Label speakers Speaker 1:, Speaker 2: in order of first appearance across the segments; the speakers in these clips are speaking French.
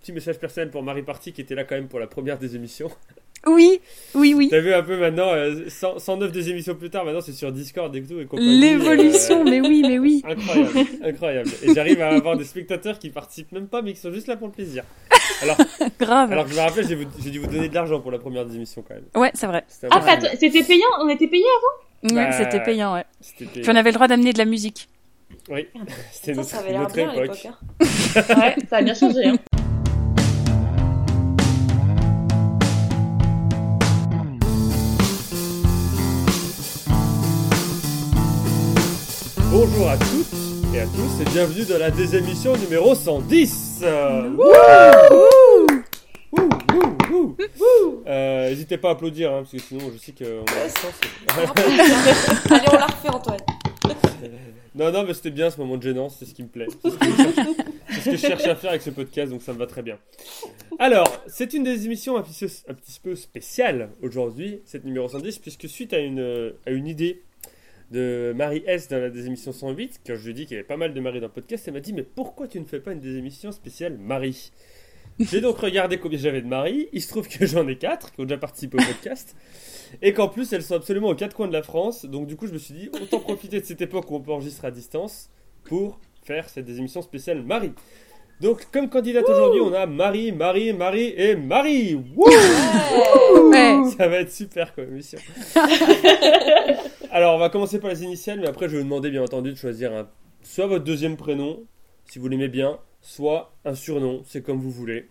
Speaker 1: petit message personnel pour Marie Party qui était là quand même pour la première des émissions.
Speaker 2: Oui, oui, oui.
Speaker 1: T'as vu un peu maintenant, euh, 100 109 des émissions plus tard, maintenant c'est sur Discord et tout. et compagnie,
Speaker 2: L'évolution,
Speaker 1: euh,
Speaker 2: mais oui, mais oui.
Speaker 1: Incroyable, incroyable. Et j'arrive à avoir des spectateurs qui participent même pas, mais qui sont juste là pour le plaisir. Alors,
Speaker 3: Ah
Speaker 2: Grave.
Speaker 1: alors que je me rappelle, j'ai vous- j'ai dû vous donner de l'argent pour la première des émissions quand même.
Speaker 2: Ouais, c'est vrai.
Speaker 1: C'était
Speaker 3: Ah,
Speaker 1: impressionnant.
Speaker 3: attends, c'était payant On était payé
Speaker 2: Ouais,
Speaker 1: Bah,
Speaker 2: C'était payant, ouais.
Speaker 1: C'était
Speaker 2: Puis on avait le droit d'amener de la musique.
Speaker 1: oui, c'était
Speaker 3: avant
Speaker 1: notre,
Speaker 3: Ça avait l'air
Speaker 1: notre
Speaker 3: bien à
Speaker 1: époque.
Speaker 3: l'époque. hein. ouais, ça a bien changé. Hein.
Speaker 1: Bonjour à toutes et à tous et bienvenue dans la deuxième émission numéro 110. Euh, Ouh, ouh, ouh. Euh, N'hésitez pas à applaudir hein, parce que sinon je sais qu'on a la chance.
Speaker 4: Allez, on la refait, Antoine.
Speaker 1: Non, non, mais c'était bien ce moment de gênance, c'est ce qui me plaît. C'est ce que, je cherche- c'est ce que je cherche à faire avec ce podcast, donc ça me va très bien. Alors, c'est une des émissions un petit, un petit peu spéciale aujourd'hui, cette numéro 110, puisque suite à une, à une idée de Marie S dans la des émissions 108, quand je lui ai dit qu'il y avait pas mal de Marie dans le podcast, elle m'a dit Mais pourquoi tu ne fais pas une des émissions spéciale Marie J'ai donc regardé combien j'avais de Marie, il se trouve que j'en ai 4 qui ont déjà participé au podcast. Et qu'en plus, elles sont absolument aux quatre coins de la France. Donc, du coup, je me suis dit, autant profiter de cette époque où on peut enregistrer à distance pour faire cette des émissions spéciales Marie. Donc, comme candidate aujourd'hui, on a Marie, Marie, Marie et Marie. Wouh
Speaker 2: Ouais.
Speaker 1: Ça va être super comme émission. Alors, on va commencer par les initiales, mais après, je vais vous demander, bien entendu, de choisir un- soit votre deuxième prénom, si vous l'aimez bien, soit un surnom, c'est comme vous voulez.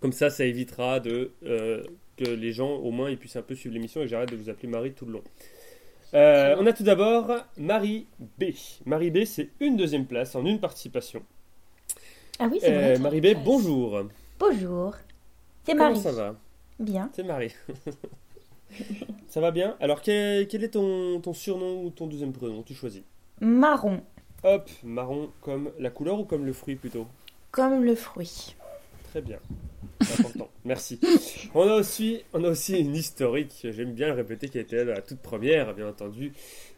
Speaker 1: Comme ça, ça évitera de, euh, que les gens, au moins, ils puissent un peu suivre l'émission et que j'arrête de vous appeler Marie tout le long. Euh, on a tout d'abord Marie B. Marie B, c'est une deuxième place en une participation.
Speaker 5: Ah oui,
Speaker 1: Euh, Marie B, bonjour.
Speaker 5: Bonjour. C'est
Speaker 1: Comment
Speaker 5: Marie.
Speaker 1: ça va
Speaker 5: Bien.
Speaker 1: C'est Marie. Ça va bien Alors, quel, quel est ton, ton surnom ou ton deuxième prénom Tu choisis.
Speaker 5: Marron,
Speaker 1: Hop, marron comme la couleur ou comme le fruit plutôt
Speaker 5: comme le fruit.
Speaker 1: Très bien. C'est important. Merci. On a, aussi, on a aussi une historique, j'aime bien le répéter, qui a été là dans la toute première, bien entendu.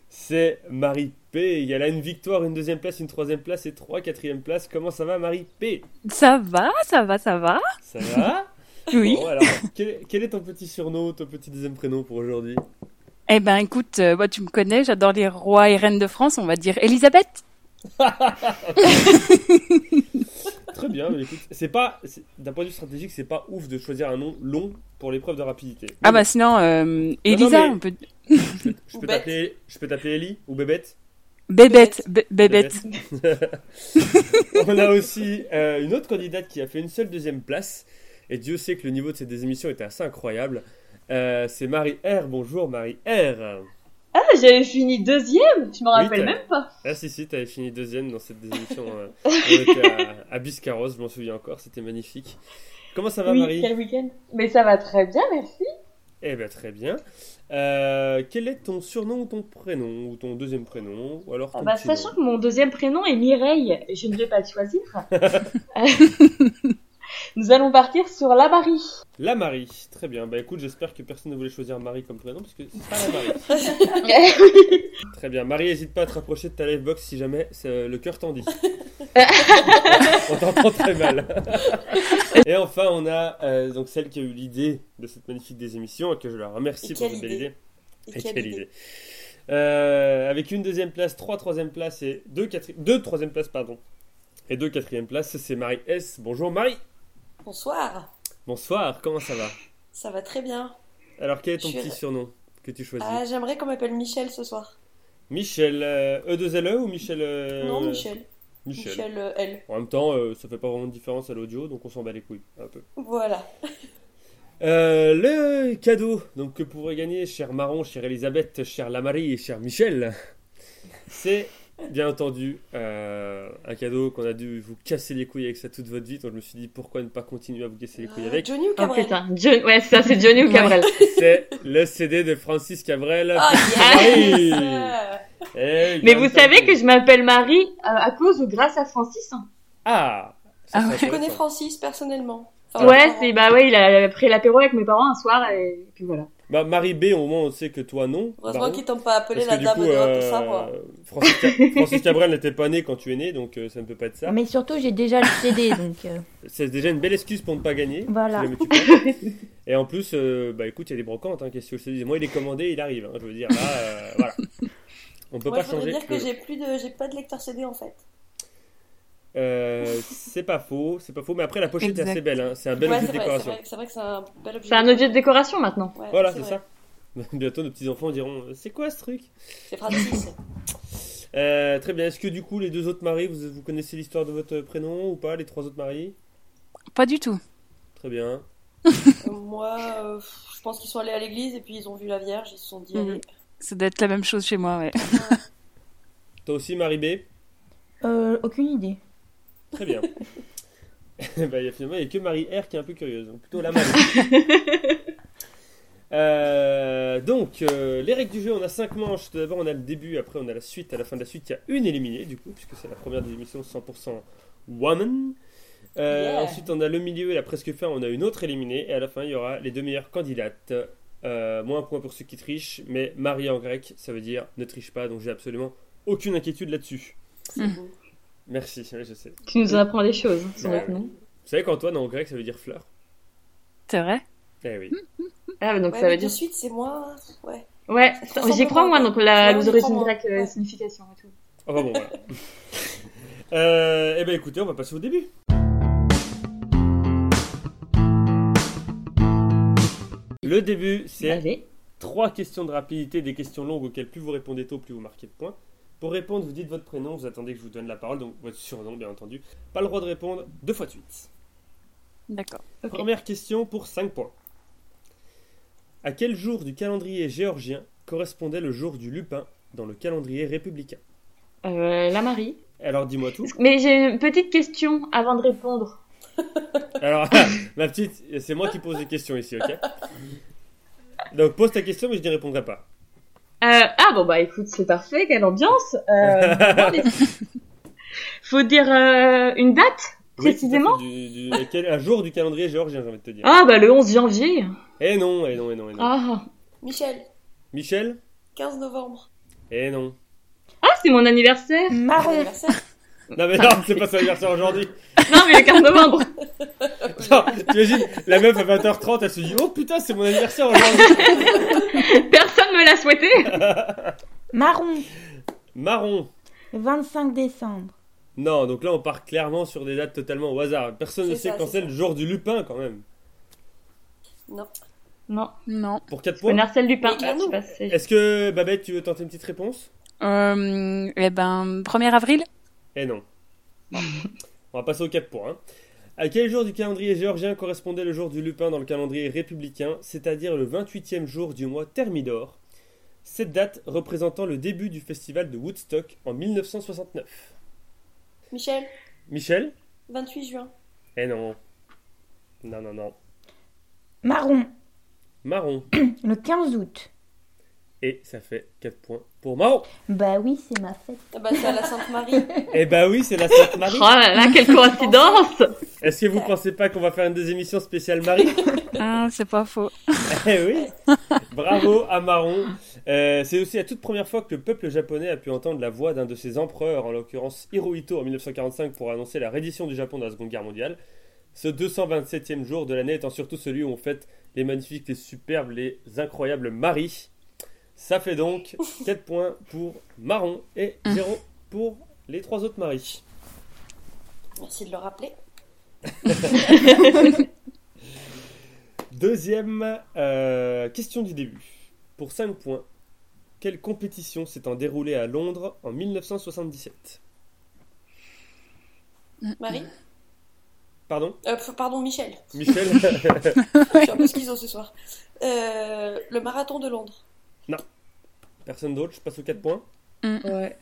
Speaker 1: C'est Marie P. Il y a là une victoire, une deuxième place, une troisième place et trois quatrième places. Comment ça va, Marie P
Speaker 2: Ça va, ça va, ça va.
Speaker 1: Ça va
Speaker 2: Oui.
Speaker 1: Bon, alors, quel, quel est ton petit surnom, ton petit deuxième prénom pour aujourd'hui
Speaker 2: Eh ben, écoute, euh, moi, tu me connais, j'adore les rois et reines de France, on va dire Elisabeth.
Speaker 1: Très bien, mais écoute, c'est pas, c'est- d'un point de vue stratégique, c'est pas ouf de choisir un nom long pour l'épreuve de rapidité.
Speaker 2: Ah bah, sinon, euh, Elisa,
Speaker 1: mais-
Speaker 2: on peut...
Speaker 1: je peux- je
Speaker 4: Ou
Speaker 1: peux
Speaker 4: Bête.
Speaker 1: t'appeler, je peux t'appeler Ellie ou Bébête.
Speaker 2: Bébête, bé- Bébête.
Speaker 1: On a aussi euh, une autre candidate qui a fait une seule deuxième place, et Dieu sait que le niveau de cette émission était assez incroyable. Euh, c'est Marie R. Bonjour Marie R.
Speaker 3: Ah, j'avais fini deuxième, je m'en
Speaker 1: Oui,
Speaker 3: rappelle
Speaker 1: t'as-
Speaker 3: même pas.
Speaker 1: Ah si si, t'avais fini deuxième dans cette émission. euh, on était à, à Biscarros, je m'en souviens encore, c'était magnifique. Comment ça va
Speaker 3: oui,
Speaker 1: Marie
Speaker 3: quel week-end. Mais ça va très bien, merci.
Speaker 1: Eh ben très bien. Euh, quel est ton surnom ou ton prénom ou ton deuxième prénom ou alors ton
Speaker 3: Ah bah,
Speaker 1: petit nom
Speaker 3: sachant que mon deuxième prénom est Mireille, je ne vais pas le choisir. Euh, Nous allons partir sur la Marie.
Speaker 1: La Marie. Très bien. Bah écoute, j'espère que personne ne voulait choisir Marie comme prénom parce que c'est pas la Marie. très bien. Marie, n'hésite pas à te rapprocher de ta livebox si jamais euh, le cœur t'en dit. on t'entend très mal. et enfin, on a euh, donc celle qui a eu l'idée de cette magnifique des émissions et que je la remercie
Speaker 4: Et
Speaker 1: pour
Speaker 4: quelle
Speaker 1: cette belle
Speaker 4: idée.
Speaker 1: idée. Et quelle idée. Euh, avec une deuxième place, trois troisième places et deux, quatri- deux troisième places, pardon. Et deux quatrième places, c'est Marie S. Bonjour Marie.
Speaker 4: Bonsoir.
Speaker 1: Bonsoir, comment ça va
Speaker 4: Ça va très bien.
Speaker 1: Alors quel est ton
Speaker 4: Je suis
Speaker 1: petit
Speaker 4: ra-
Speaker 1: surnom que tu choisis
Speaker 4: Ah, j'aimerais qu'on m'appelle Michel ce soir.
Speaker 1: Michel euh, E2LE ou Michel euh,
Speaker 4: Non, Michel.
Speaker 1: Michel.
Speaker 4: Michel euh, L.
Speaker 1: En même temps, euh, ça fait pas vraiment de différence à l'audio, donc on s'en bat les couilles un peu.
Speaker 4: Voilà.
Speaker 1: Euh, le cadeau donc, que pourrait gagner, cher Marron, chère Elisabeth, chère Lamarie et cher Michel, c'est bien entendu euh, un cadeau qu'on a dû vous casser les couilles avec ça toute votre vie. Donc je me suis dit pourquoi ne pas continuer à vous casser les couilles
Speaker 4: Euh,
Speaker 1: avec.
Speaker 4: Johnny ou
Speaker 3: Oh
Speaker 4: Cabrel
Speaker 3: putain, John... ouais, ça c'est Johnny ou Cabrel.
Speaker 1: C'est le CD de Francis Cabrel.
Speaker 4: Ah,
Speaker 1: Marie.
Speaker 4: yes Euh,
Speaker 1: Eh, il y
Speaker 3: Mais
Speaker 1: a
Speaker 3: vous
Speaker 1: un
Speaker 3: savez
Speaker 1: cadeau.
Speaker 3: que je m'appelle Marie euh, à cause ou grâce à Francis. hein.
Speaker 1: Ah
Speaker 2: Ah
Speaker 1: Ça, c'est
Speaker 4: Je connais
Speaker 3: Ah
Speaker 1: intéressant.
Speaker 4: Francis personnellement. Enfin,
Speaker 3: ouais, c'est bah ouais, il a pris l'apéro avec mes parents un soir et puis voilà.
Speaker 1: Bah, Marie B, au moins, on sait que toi, non.
Speaker 4: Heureusement
Speaker 1: Baron.
Speaker 4: qu'ils t'ont pas appelé
Speaker 1: Parce
Speaker 4: la
Speaker 1: que du
Speaker 4: dame
Speaker 1: coup,
Speaker 4: de
Speaker 1: euh,
Speaker 4: ça, moi.
Speaker 1: Francis, Ca- Francis Cabrel n'était pas né quand tu es né, donc euh, ça ne peut pas être ça.
Speaker 5: Mais surtout, j'ai déjà le CD, donc euh,
Speaker 1: C'est déjà une belle excuse pour ne pas gagner.
Speaker 5: Voilà.
Speaker 1: si jamais tu perds. Et en plus, euh, bah écoute, il y a des brocantes, hein, qu'est-ce que je te dis Moi, il est commandé, il arrive. hein, je veux dire, là, euh, voilà. On peut
Speaker 4: Moi,
Speaker 1: pas
Speaker 4: je
Speaker 1: changer.
Speaker 4: voudrais dire que
Speaker 1: le-
Speaker 4: j'ai plus de, j'ai pas de lecteur CD en fait.
Speaker 1: Euh, c'est pas faux, c'est pas faux. Mais après, la pochette est
Speaker 2: Exact.
Speaker 1: assez belle. hein, C'est un bel
Speaker 4: ouais,
Speaker 1: objet de
Speaker 4: c'est vrai, c'est
Speaker 1: décoration.
Speaker 4: vrai, c'est vrai que c'est un bel objet.
Speaker 3: C'est un objet de décoration maintenant.
Speaker 4: Ouais,
Speaker 1: Voilà, c'est
Speaker 4: vrai.
Speaker 1: ça. Bientôt, nos petits enfants diront euh, C'est quoi ce truc
Speaker 4: C'est Francis.
Speaker 1: Euh, Très bien. Est-ce que du coup, les deux autres maris, vous, vous connaissez l'histoire de votre prénom ou pas Les trois autres maris
Speaker 2: Pas du tout.
Speaker 1: Très bien.
Speaker 4: Euh, Moi, euh, je pense qu'ils sont allés à l'église et puis ils ont vu la Vierge, ils se sont dit
Speaker 2: Mhm.
Speaker 4: allez.
Speaker 2: Ça doit être la même chose chez moi, ouais.
Speaker 1: Toi aussi, Marie B
Speaker 5: euh, aucune idée.
Speaker 1: Très bien. bah, il y a finalement, il n'y a que Marie R qui est un peu curieuse, donc plutôt la Marie. Euh, donc, euh, les règles du jeu, on a 5 manches. Tout d'abord, on a le début, après, on a la suite. À la fin de la suite, il y a une éliminée, du coup, puisque c'est la première des émissions 100% Woman. Euh,
Speaker 4: Yeah.
Speaker 1: Ensuite, on a le milieu et la presque fin, on a une autre éliminée. Et à la fin, il y aura les deux meilleures candidates. Euh, moins un point pour ceux qui trichent, mais Marie en grec, ça veut dire ne triche pas, donc j'ai absolument aucune inquiétude là-dessus.
Speaker 4: C'est
Speaker 2: Mhm.
Speaker 4: beau.
Speaker 1: Merci, oui, je sais. Vous
Speaker 3: Tu nous apprends des choses hein, sur
Speaker 1: Ouais.
Speaker 3: notre nom.
Speaker 1: savez qu'Antoine en grec, ça veut dire fleur.
Speaker 2: C'est vrai
Speaker 1: Eh oui.
Speaker 3: Ah bah, donc
Speaker 4: Ouais,
Speaker 3: ça
Speaker 4: mais
Speaker 3: veut
Speaker 4: de
Speaker 3: dire.
Speaker 4: suite, c'est moi. Ouais.
Speaker 3: Ouais,
Speaker 4: Ça ressemble
Speaker 3: j'y crois
Speaker 4: pas,
Speaker 3: moi
Speaker 4: quoi.
Speaker 3: donc la
Speaker 4: Ouais,
Speaker 3: les
Speaker 4: j'y
Speaker 3: origines
Speaker 4: crois, moi.
Speaker 3: grecques, euh,
Speaker 4: Ouais.
Speaker 3: signification et tout.
Speaker 1: Enfin bon, voilà. Euh, eh ben écoutez, on va passer au début. Le début, c'est
Speaker 3: Bah, Allez.
Speaker 1: trois questions de rapidité, des questions longues auxquelles plus vous répondez tôt, plus vous marquez de points. Pour répondre, vous dites votre prénom, vous attendez que je vous donne la parole, donc votre surnom, bien entendu. Pas le droit de répondre deux fois de suite.
Speaker 2: D'accord.
Speaker 3: Ok.
Speaker 1: Première question pour 5 points. À quel jour du calendrier géorgien correspondait le jour du lupin dans le calendrier républicain
Speaker 3: Euh, la Marie.
Speaker 1: Alors dis-moi tout.
Speaker 3: Mais j'ai une petite question avant de répondre.
Speaker 1: Alors, ma petite, c'est moi qui pose les questions ici, ok Donc, pose ta question, mais je n'y répondrai pas.
Speaker 3: Euh, ah bon bah écoute c'est parfait quelle ambiance. Euh, non, mais- Faut dire euh, une date
Speaker 1: Oui,
Speaker 3: précisément.
Speaker 1: tout à fait, du- du- quel- un jour du calendrier géorgien, j'ai envie de te dire.
Speaker 3: Ah bah le 11 janvier.
Speaker 1: Eh non, eh non, eh non, eh non.
Speaker 3: Ah
Speaker 4: Michel,
Speaker 1: Michel
Speaker 4: 15 novembre.
Speaker 1: Eh non.
Speaker 3: ah c'est mon anniversaire.
Speaker 2: Ah,
Speaker 4: Bon
Speaker 5: Marron.
Speaker 4: anniversaire.
Speaker 1: Non, mais non, c'est pas son anniversaire aujourd'hui.
Speaker 3: Non mais le 15 novembre.
Speaker 1: Genre, T'imagines, la meuf à 20h30, elle se dit Oh putain, c'est mon anniversaire aujourd'hui.
Speaker 3: Personne me l'a souhaité.
Speaker 5: Marron.
Speaker 1: Marron.
Speaker 5: 25 décembre.
Speaker 1: Non, donc là, on part clairement sur des dates totalement au hasard. Personne ne
Speaker 4: C'est
Speaker 1: sait
Speaker 4: ça,
Speaker 1: quand
Speaker 4: c'est
Speaker 1: c'est
Speaker 4: ça.
Speaker 1: le jour du lupin, quand même.
Speaker 4: Non.
Speaker 3: Non.
Speaker 2: Non.
Speaker 1: Pour 4
Speaker 3: Bon.
Speaker 1: points.
Speaker 3: Marcel Lupin.
Speaker 4: Mais
Speaker 3: Ah, je sais
Speaker 4: non.
Speaker 3: pas si c'est-
Speaker 1: Est-ce que Babette, tu veux tenter une petite réponse
Speaker 2: Euh, eh ben, 1er avril
Speaker 1: Eh non. On va passer au 4 points. hein. À quel jour du calendrier géorgien correspondait le jour du lupin dans le calendrier républicain, c'est-à-dire le 28e jour du mois Thermidor Cette date représentant le début du festival de Woodstock en 1969.
Speaker 4: Michel,
Speaker 1: Michel
Speaker 4: 28 juin.
Speaker 1: Eh non. Non, non, non.
Speaker 5: Marron.
Speaker 1: Marron.
Speaker 5: Le 15 août.
Speaker 1: Et ça fait 4 points pour Marron.
Speaker 5: Bah oui, c'est ma fête.
Speaker 4: Ah bah, c'est à la Sainte Marie.
Speaker 1: Eh bah oui, c'est la Sainte Marie.
Speaker 3: Oh là là quelle coïncidence.
Speaker 1: Est-ce que vous pensez pas qu'on va faire une des émissions spéciales Marie
Speaker 2: Ah, c'est pas faux.
Speaker 1: Eh oui Bravo à Marron Euh, C'est aussi la toute première fois que le peuple japonais a pu entendre la voix d'un de ses empereurs, en l'occurrence Hirohito en 1945 pour annoncer la reddition du Japon dans la Seconde Guerre mondiale. Ce 227e jour de l'année étant surtout celui où on fête les magnifiques, les superbes, les incroyables maris. Ça fait donc 4 points pour Marron et 0 pour les trois autres maris.
Speaker 4: Merci de le rappeler.
Speaker 1: Deuxième euh, question du début. Pour 5 points, quelle compétition s'étant déroulée à Londres en 1977
Speaker 2: Mhm.
Speaker 4: Marie
Speaker 1: Pardon
Speaker 4: Euh, pf- Pardon, Michel.
Speaker 1: Michel
Speaker 4: Je suis un peu schizo ce soir. Euh, le marathon de Londres.
Speaker 1: Personne d'autre, je passe aux 4 points.
Speaker 3: Ouais.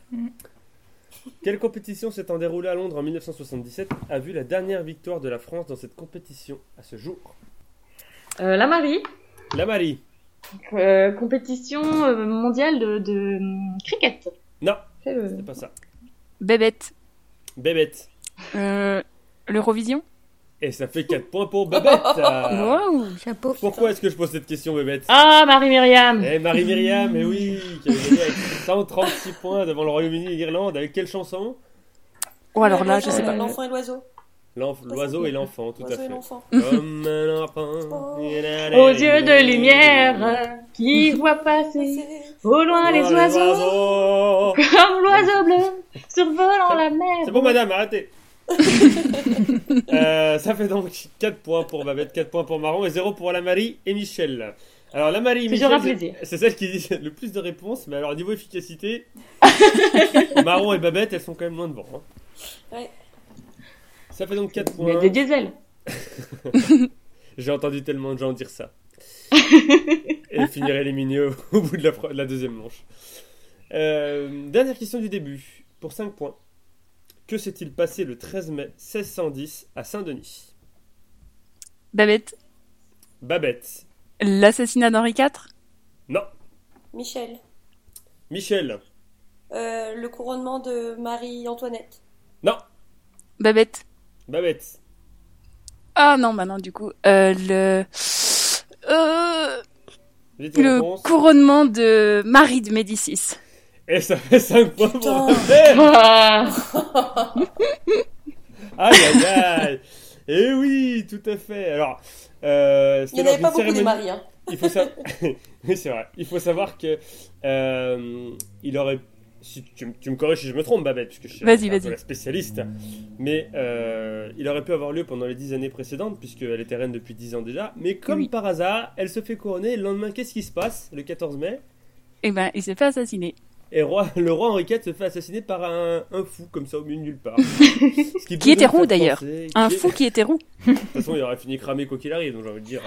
Speaker 1: Quelle compétition s'étant déroulée à Londres en 1977 a vu la dernière victoire de la France dans cette compétition à ce jour
Speaker 3: Euh, la Marie.
Speaker 1: La Marie
Speaker 3: Euh, compétition euh, mondiale de, de hum, cricket.
Speaker 1: Non,
Speaker 3: C'est le-
Speaker 1: c'est pas ça.
Speaker 2: Bébête.
Speaker 1: Bébête
Speaker 2: Euh, L'Eurovision
Speaker 1: Et ça fait 4 points pour Babette.
Speaker 2: Waouh
Speaker 5: Chapeau.
Speaker 1: Pourquoi est-ce que je pose cette question, Babette
Speaker 3: Ah, Marie-Myriam
Speaker 1: Eh, Marie-Myriam, eh oui, qui a gagné avec 136 points devant le Royaume-Uni et l'Irlande. Avec quelle chanson
Speaker 2: Oh, alors là, je sais pas.
Speaker 4: L'enfant et l'oiseau.
Speaker 1: L'enf- L'oiseau et l'enfant, tout à
Speaker 4: Ah, L'oiseau et
Speaker 1: fait.
Speaker 4: l'enfant. Oh.
Speaker 1: Comme un enfant.
Speaker 3: Aux yeux de lumière qui voit passer au loin les oiseaux
Speaker 1: oiseaux.
Speaker 3: comme l'oiseau bleu survolant la mer.
Speaker 1: C'est bon, madame, arrêtez. Euh, ça fait donc 4 points pour Babette, 4 points pour Marron et 0 pour la Marie et Michel. Alors, la Marie et
Speaker 3: Toujours un
Speaker 1: Michel,
Speaker 3: plaisir.
Speaker 1: c'est- c'est celle qui dit le plus de réponses, mais alors, niveau efficacité, Marron et Babette, elles sont quand même loin devant. hein.
Speaker 4: Ouais.
Speaker 1: Ça fait donc 4
Speaker 3: Mais
Speaker 1: points.
Speaker 3: des diesels.
Speaker 1: J'ai entendu tellement de gens dire ça. et finir éliminé au, au bout de la, pre- de la deuxième manche. Euh, dernière question du début, pour 5 points. Que s'est-il passé le 13 mai 1610 à Saint-Denis
Speaker 2: Babette,
Speaker 1: Babette.
Speaker 2: l'assassinat d'Henri IV
Speaker 1: Non.
Speaker 4: Michel.
Speaker 1: Michel.
Speaker 4: Euh, le couronnement de Marie-Antoinette.
Speaker 2: Babette.
Speaker 1: Babette.
Speaker 2: Ah non, bah non, du coup. Euh, le. Euh,
Speaker 1: Vite
Speaker 2: le
Speaker 1: réponse.
Speaker 2: couronnement de Marie de Médicis.
Speaker 1: Et ça fait 5 points pour
Speaker 4: Putain.
Speaker 1: Babette
Speaker 3: Ah,
Speaker 1: Aïe aïe aïe Eh oui, tout à fait Alors, euh,
Speaker 4: Il n'y
Speaker 1: c'était
Speaker 4: en avait
Speaker 1: lors
Speaker 4: pas
Speaker 1: d'une
Speaker 4: beaucoup
Speaker 1: cérémonie-
Speaker 4: des maris. Hein.
Speaker 1: il faut savoir, oui, c'est vrai. Il faut savoir que euh, il aurait. Si tu, tu me corriges si je me trompe, Babette, parce que je suis
Speaker 2: Vas-y,
Speaker 1: un peu
Speaker 2: vas-y.
Speaker 1: la spécialiste. Mais euh, il aurait pu avoir lieu pendant les dix années précédentes, puisqu'elle était reine depuis dix ans déjà. Mais comme
Speaker 2: Oui.
Speaker 1: par hasard, elle se fait couronner. Le lendemain, qu'est-ce qui se passe Le 14 mai,
Speaker 2: Eh ben, il s'est fait assassiner.
Speaker 1: et roi, le roi Henri IV se fait assassiner par un, un fou, comme ça, au milieu de nulle part. Ce peut
Speaker 2: Qui était
Speaker 1: donc
Speaker 2: roux,
Speaker 1: faire
Speaker 2: d'ailleurs.
Speaker 1: penser
Speaker 2: Un
Speaker 1: qu'il-
Speaker 2: fou qui était roux.
Speaker 1: De toute façon, il aurait fini cramé quoi qu'il arrive, donc j'ai envie de dire.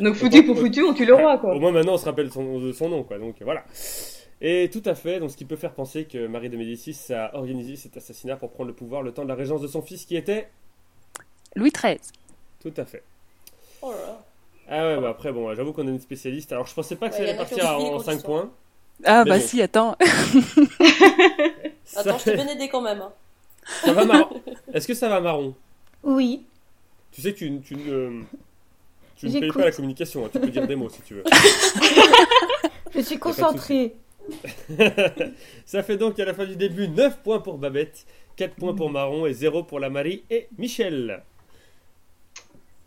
Speaker 3: donc foutu pour foutu, on tue le roi
Speaker 1: Au
Speaker 3: quoi.
Speaker 1: moins maintenant on se rappelle son, de son nom, quoi. Donc voilà. Et tout à fait, donc ce qui peut faire penser que Marie de Médicis a organisé cet assassinat pour prendre le pouvoir le temps de la régence de son fils qui était.
Speaker 2: Louis XIII.
Speaker 1: Tout à fait.
Speaker 4: Oh là là.
Speaker 1: Ah ouais, bah après, bon, j'avoue qu'on est une spécialiste. Alors je pensais pas que ça
Speaker 4: Ouais,
Speaker 1: allait
Speaker 4: y en a qui
Speaker 1: partir
Speaker 4: ont suivi les
Speaker 1: en 5
Speaker 4: conditions.
Speaker 1: points.
Speaker 2: Ah
Speaker 1: Mais
Speaker 2: bah
Speaker 1: bon.
Speaker 2: si, attends.
Speaker 1: Ça,
Speaker 4: Attends, je te
Speaker 1: fait-
Speaker 4: donne des quand même. hein.
Speaker 1: ça va marron. Est-ce que ça va marron
Speaker 5: Oui.
Speaker 1: Tu sais que tu, tu, ne- tu ne payes
Speaker 5: J'écoute.
Speaker 1: pas la communication, hein. tu peux dire des mots si tu veux.
Speaker 5: Je suis
Speaker 1: pas de
Speaker 5: concentrée.
Speaker 1: ça fait donc à la fin du début 9 points pour Babette, 4 points pour Marron et 0 pour la Marie et Michel.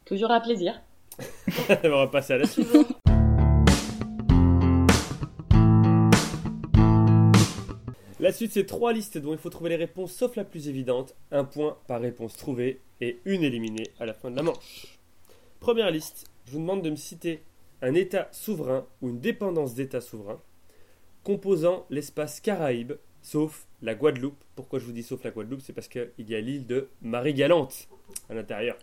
Speaker 3: Toujours un plaisir.
Speaker 1: On va passer à la suite. La suite, c'est trois listes dont il faut trouver les réponses, sauf la plus évidente. Un point par réponse trouvée et une éliminée à la fin de la manche. Première liste, je vous demande de me citer un État souverain ou une dépendance d'État souverain composant l'espace Caraïbe, sauf la Guadeloupe. Pourquoi je vous dis sauf la Guadeloupe C'est parce qu'il y a l'île de Marie-Galante à l'intérieur.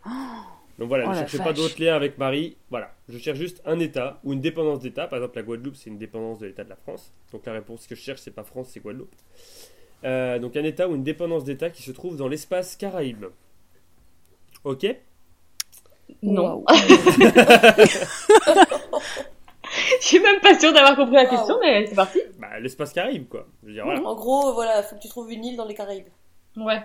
Speaker 1: Donc voilà,
Speaker 2: Oh
Speaker 1: ne
Speaker 2: la
Speaker 1: cherchez pas
Speaker 2: vache.
Speaker 1: d'autres liens avec Marie. Voilà, je cherche juste un État ou une dépendance d'État. Par exemple, la Guadeloupe, c'est une dépendance de l'État de la France. Donc la réponse que je cherche, c'est pas France, c'est Guadeloupe. Euh, donc un État ou une dépendance d'État qui se trouve dans l'espace Caraïbe. Ok
Speaker 3: Non. Je suis même pas sûre d'avoir compris la question, mais c'est parti.
Speaker 1: Bah l'espace Caraïbe quoi. Je veux dire, voilà.
Speaker 4: En gros, voilà, faut que tu trouves une île dans les Caraïbes.
Speaker 3: Ouais.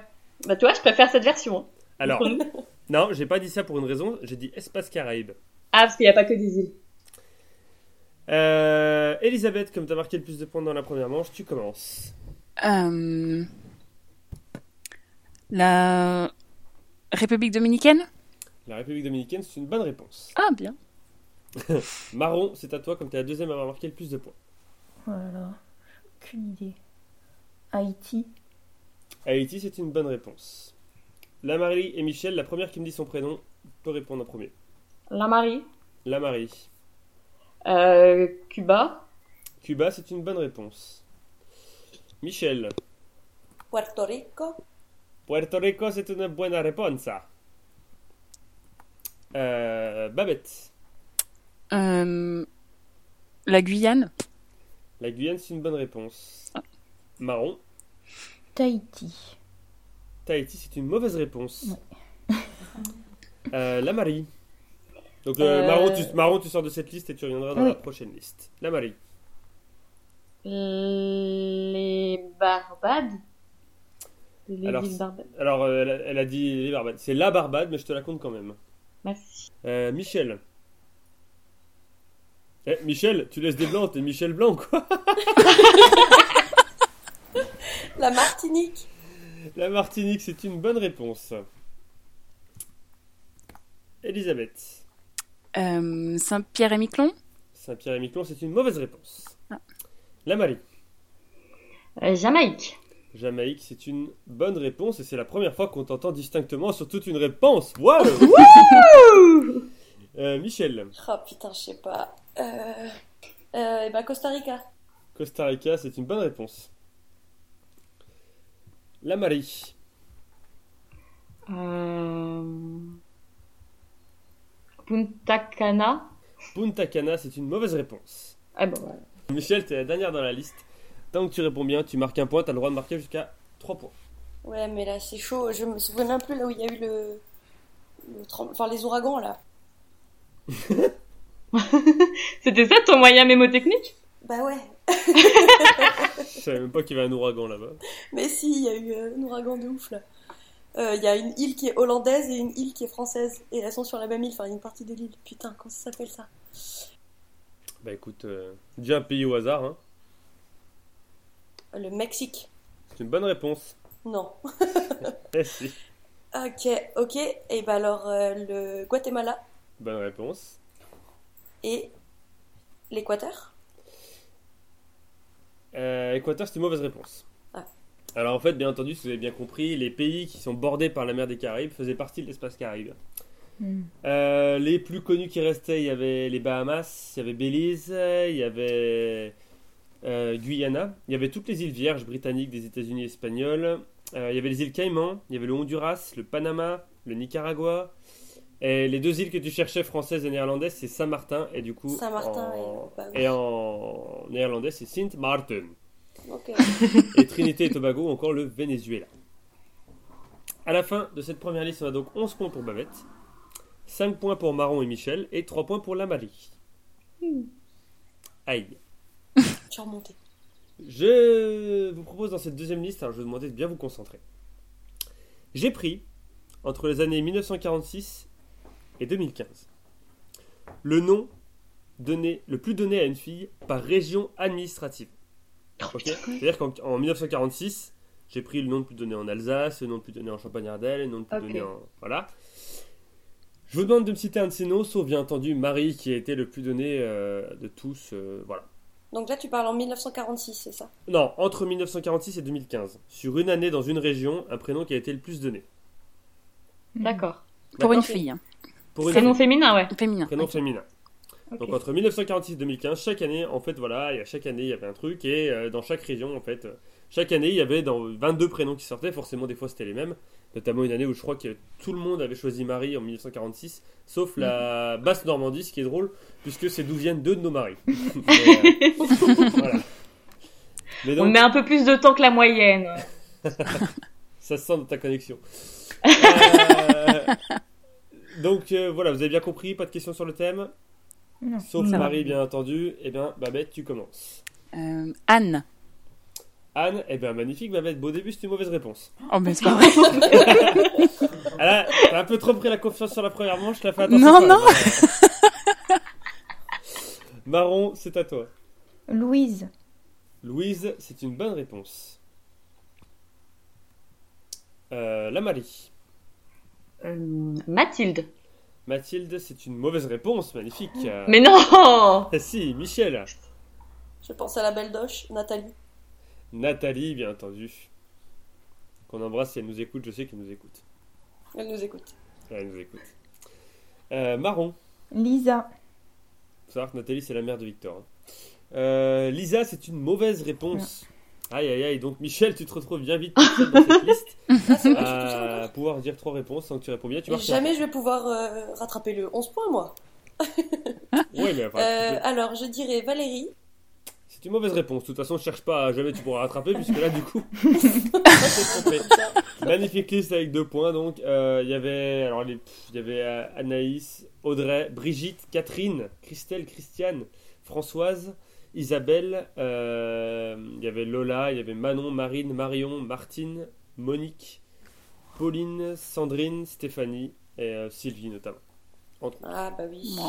Speaker 3: Bah tu vois, je préfère cette version. hein.
Speaker 1: Alors, non, j'ai pas dit ça pour une raison, j'ai dit espace Caraïbe.
Speaker 3: Ah, parce qu'il n'y a pas que des îles.
Speaker 1: Euh, Elisabeth, comme t'as marqué le plus de points dans la première manche, tu commences.
Speaker 2: Euh, la République dominicaine
Speaker 1: La République dominicaine, c'est une bonne réponse.
Speaker 2: Ah bien.
Speaker 1: Marron, c'est à toi, comme t'es la deuxième à avoir marqué le plus de points.
Speaker 5: Oh là là. Aucune idée. Haïti.
Speaker 1: Haïti, c'est une bonne réponse. La Marie et Michel, la première qui me dit son prénom peut répondre en premier.
Speaker 3: La Marie.
Speaker 1: La Marie.
Speaker 3: Euh, Cuba.
Speaker 1: Cuba, c'est une bonne réponse. Michel.
Speaker 4: Puerto Rico.
Speaker 1: Puerto Rico, c'est une bonne réponse. Euh, Babette.
Speaker 2: Euh, la Guyane
Speaker 1: La Guyane, c'est une bonne réponse. Marron.
Speaker 5: Tahiti.
Speaker 1: Tahiti, c'est une mauvaise réponse. Euh, la Marie. Donc, euh,
Speaker 3: Euh,
Speaker 1: Marron, tu, Marron, tu sors de cette liste et tu reviendras dans
Speaker 5: Oui.
Speaker 1: la prochaine liste. La Marie.
Speaker 3: Les Barbades. Les
Speaker 1: Alors,
Speaker 3: villes barbares.
Speaker 1: Alors, euh, elle, a- elle a dit les Barbades. C'est la Barbade, mais je te la compte quand même.
Speaker 3: Merci.
Speaker 1: Euh, Michel. Eh, Michel, tu laisses des blancs, t'es Michel Blanc, quoi.
Speaker 4: La Martinique.
Speaker 1: La Martinique, c'est une bonne réponse. Elisabeth.
Speaker 2: Euh, Saint-Pierre et Miquelon.
Speaker 1: Saint-Pierre et Miquelon, c'est une mauvaise réponse. La Marie.
Speaker 3: Euh, Jamaïque.
Speaker 1: Jamaïque, c'est une bonne réponse et c'est la première fois qu'on t'entend distinctement sur toute une réponse. Waouh
Speaker 3: Ouh
Speaker 1: Euh, Michel,
Speaker 4: Oh putain, je sais pas. Euh... Euh, et ben Costa Rica.
Speaker 1: Costa Rica, c'est une bonne réponse. La Marie.
Speaker 3: Euh, Punta Cana.
Speaker 1: Punta Cana, c'est une mauvaise réponse.
Speaker 3: Ah bon, voilà.
Speaker 1: Michel, t'es la dernière dans la liste. Tant que tu réponds bien, tu marques un point, t'as le droit de marquer jusqu'à 3 points.
Speaker 4: Ouais, mais là c'est chaud. Je me souviens même plus là où il y a eu le. le trem- Enfin, les ouragans là.
Speaker 3: C'était ça ton moyen mémotechnique
Speaker 4: Bah ouais.
Speaker 1: Je savais même pas qu'il y avait un ouragan là-bas.
Speaker 4: Mais si, il y a eu euh, un ouragan de ouf là. Euh, Il y a une île qui est hollandaise et une île qui est française. Et elles sont sur la même île, enfin une partie de l'île. Putain, comment ça s'appelle ça
Speaker 1: Bah écoute, euh, dis un pays au hasard, hein.
Speaker 4: Euh, Le Mexique.
Speaker 1: C'est une bonne réponse.
Speaker 4: Non.
Speaker 1: Eh si,
Speaker 4: Ok, ok. Et bah alors euh, le Guatemala
Speaker 1: bonne réponse.
Speaker 4: et l'Équateur.
Speaker 1: Euh, Équateur, c'est une mauvaise réponse.
Speaker 4: Ah.
Speaker 1: Alors en fait, bien entendu, si vous avez bien compris, les pays qui sont bordés par la mer des Caraïbes faisaient partie de l'espace caraïbe.
Speaker 5: Hmm.
Speaker 1: Euh, les plus connus qui restaient, il y avait les Bahamas, il y avait Belize, il y avait euh, Guyana, il y avait toutes les îles Vierges britanniques des États-Unis espagnols, Euh, il y avait les îles Caïmans, il y avait le Honduras, le Panama, le Nicaragua. Et les deux îles que tu cherchais, françaises et néerlandaises, c'est Saint-Martin et du coup
Speaker 4: Saint-Martin
Speaker 1: en-
Speaker 4: et- bah oui.
Speaker 1: et en néerlandais, c'est Sint Maarten
Speaker 4: Ok.
Speaker 1: et Trinité et Tobago, ou encore le Venezuela. À la fin de cette première liste, on a donc 11 points pour Babette, 5 points pour Marron et Michel, et 3 points pour la Marie. Aïe.
Speaker 4: Tu as remonté.
Speaker 1: Je vous propose dans cette deuxième liste, alors je vais vous demander de bien vous concentrer. J'ai pris, entre les années 1946 et 2015, le nom donné, le plus donné à une fille par région administrative. Ok C'est-à-dire qu'en en 1946, j'ai pris le nom le plus donné en Alsace, le nom le plus donné en Champagne-Ardenne, le nom le plus
Speaker 3: Ok.
Speaker 1: donné en... Voilà. Je vous demande de me citer un de ces noms, sauf bien entendu Marie, qui a été le plus donné euh, de tous. euh, voilà.
Speaker 4: Donc là, tu parles en 1946, c'est ça
Speaker 1: Non, entre 1946 et 2015. Sur une année dans une région, un prénom qui a été le plus donné.
Speaker 5: Hmm.
Speaker 3: D'accord.
Speaker 2: Pour une
Speaker 1: D'accord
Speaker 2: fille, hein.
Speaker 1: Pour une
Speaker 3: Prénom
Speaker 1: fille.
Speaker 3: féminin, ouais.
Speaker 2: féminin.
Speaker 1: Prénom féminin.
Speaker 3: Ok.
Speaker 1: Donc entre 1946 et 2015, chaque année, en fait, voilà, et à chaque année, il y avait un truc, et euh, dans chaque région, en fait, euh, chaque année, il y avait dans 22 prénoms qui sortaient, forcément, des fois, c'était les mêmes, notamment une année où je crois que tout le monde avait choisi Marie en 1946, sauf la
Speaker 3: Mm.
Speaker 1: Basse-Normandie, ce qui est drôle, puisque c'est d'où viennent deux de nos maris. Mais, euh, voilà. Mais
Speaker 3: On
Speaker 1: donc,
Speaker 3: met un peu plus de temps que la moyenne.
Speaker 1: Ça se sent dans ta connexion. Euh, donc euh, voilà, vous avez bien compris, pas de questions sur le thème.
Speaker 5: Non.
Speaker 1: Sauf
Speaker 2: Ça va.
Speaker 1: Marie, bien entendu. Eh bien, Babette, tu commences.
Speaker 2: Euh, Anne.
Speaker 1: Anne, eh bien, magnifique, Babette, beau début, c'est une mauvaise réponse.
Speaker 2: Oh, mais c'est pas vrai.
Speaker 1: Ah là, t'as un peu trop pris la confiance sur la première manche, t'as fait attention.
Speaker 2: Non,
Speaker 1: quand même.
Speaker 2: non.
Speaker 1: Marron, c'est à toi.
Speaker 5: Louise.
Speaker 1: Louise, c'est une bonne réponse. Euh, la Marie.
Speaker 3: Euh, Mathilde.
Speaker 1: Mathilde, c'est une mauvaise réponse, magnifique. Euh,
Speaker 3: Mais non
Speaker 1: Si, Michel.
Speaker 4: Je pense à la belle doche, Nathalie.
Speaker 1: Nathalie, bien entendu. Qu'on embrasse si elle nous écoute, je sais qu'elle nous écoute.
Speaker 4: Elle nous écoute.
Speaker 1: Elle nous écoute. Euh, Marron,
Speaker 5: Lisa.
Speaker 1: faut savoir que Nathalie, c'est la mère de Victor. hein. Euh, Lisa, c'est une mauvaise réponse. Aïe aïe aïe, donc Michel, tu te retrouves bien vite toute seule dans cette liste
Speaker 4: Ah, c'est vrai, je suis tout seule
Speaker 1: à
Speaker 4: encore.
Speaker 1: pouvoir dire trois réponses sans que tu réponds bien. Euh, Tu
Speaker 4: Et
Speaker 1: marques un
Speaker 4: jamais je vais pouvoir euh, rattraper le 11 points, moi.
Speaker 1: point. Ouais, mais enfin, tu
Speaker 4: Euh,
Speaker 1: peux-
Speaker 4: alors, je dirais Valérie.
Speaker 1: c'est une mauvaise réponse. De toute façon, je cherche pas, jamais tu pourras rattraper, puisque là, du coup, t'es trompé. Magnifique liste avec deux points. Donc, Euh, il y avait, alors, les- pff, il y avait euh, Anaïs, Audrey, Brigitte, Catherine, Christelle, Christiane, Françoise, Isabelle. euh, il y avait Lola, il y avait Manon, Marine, Marion, Martine, Monique, Pauline, Sandrine, Stéphanie et euh, Sylvie notamment.
Speaker 4: Ah bah oui.
Speaker 2: Bon.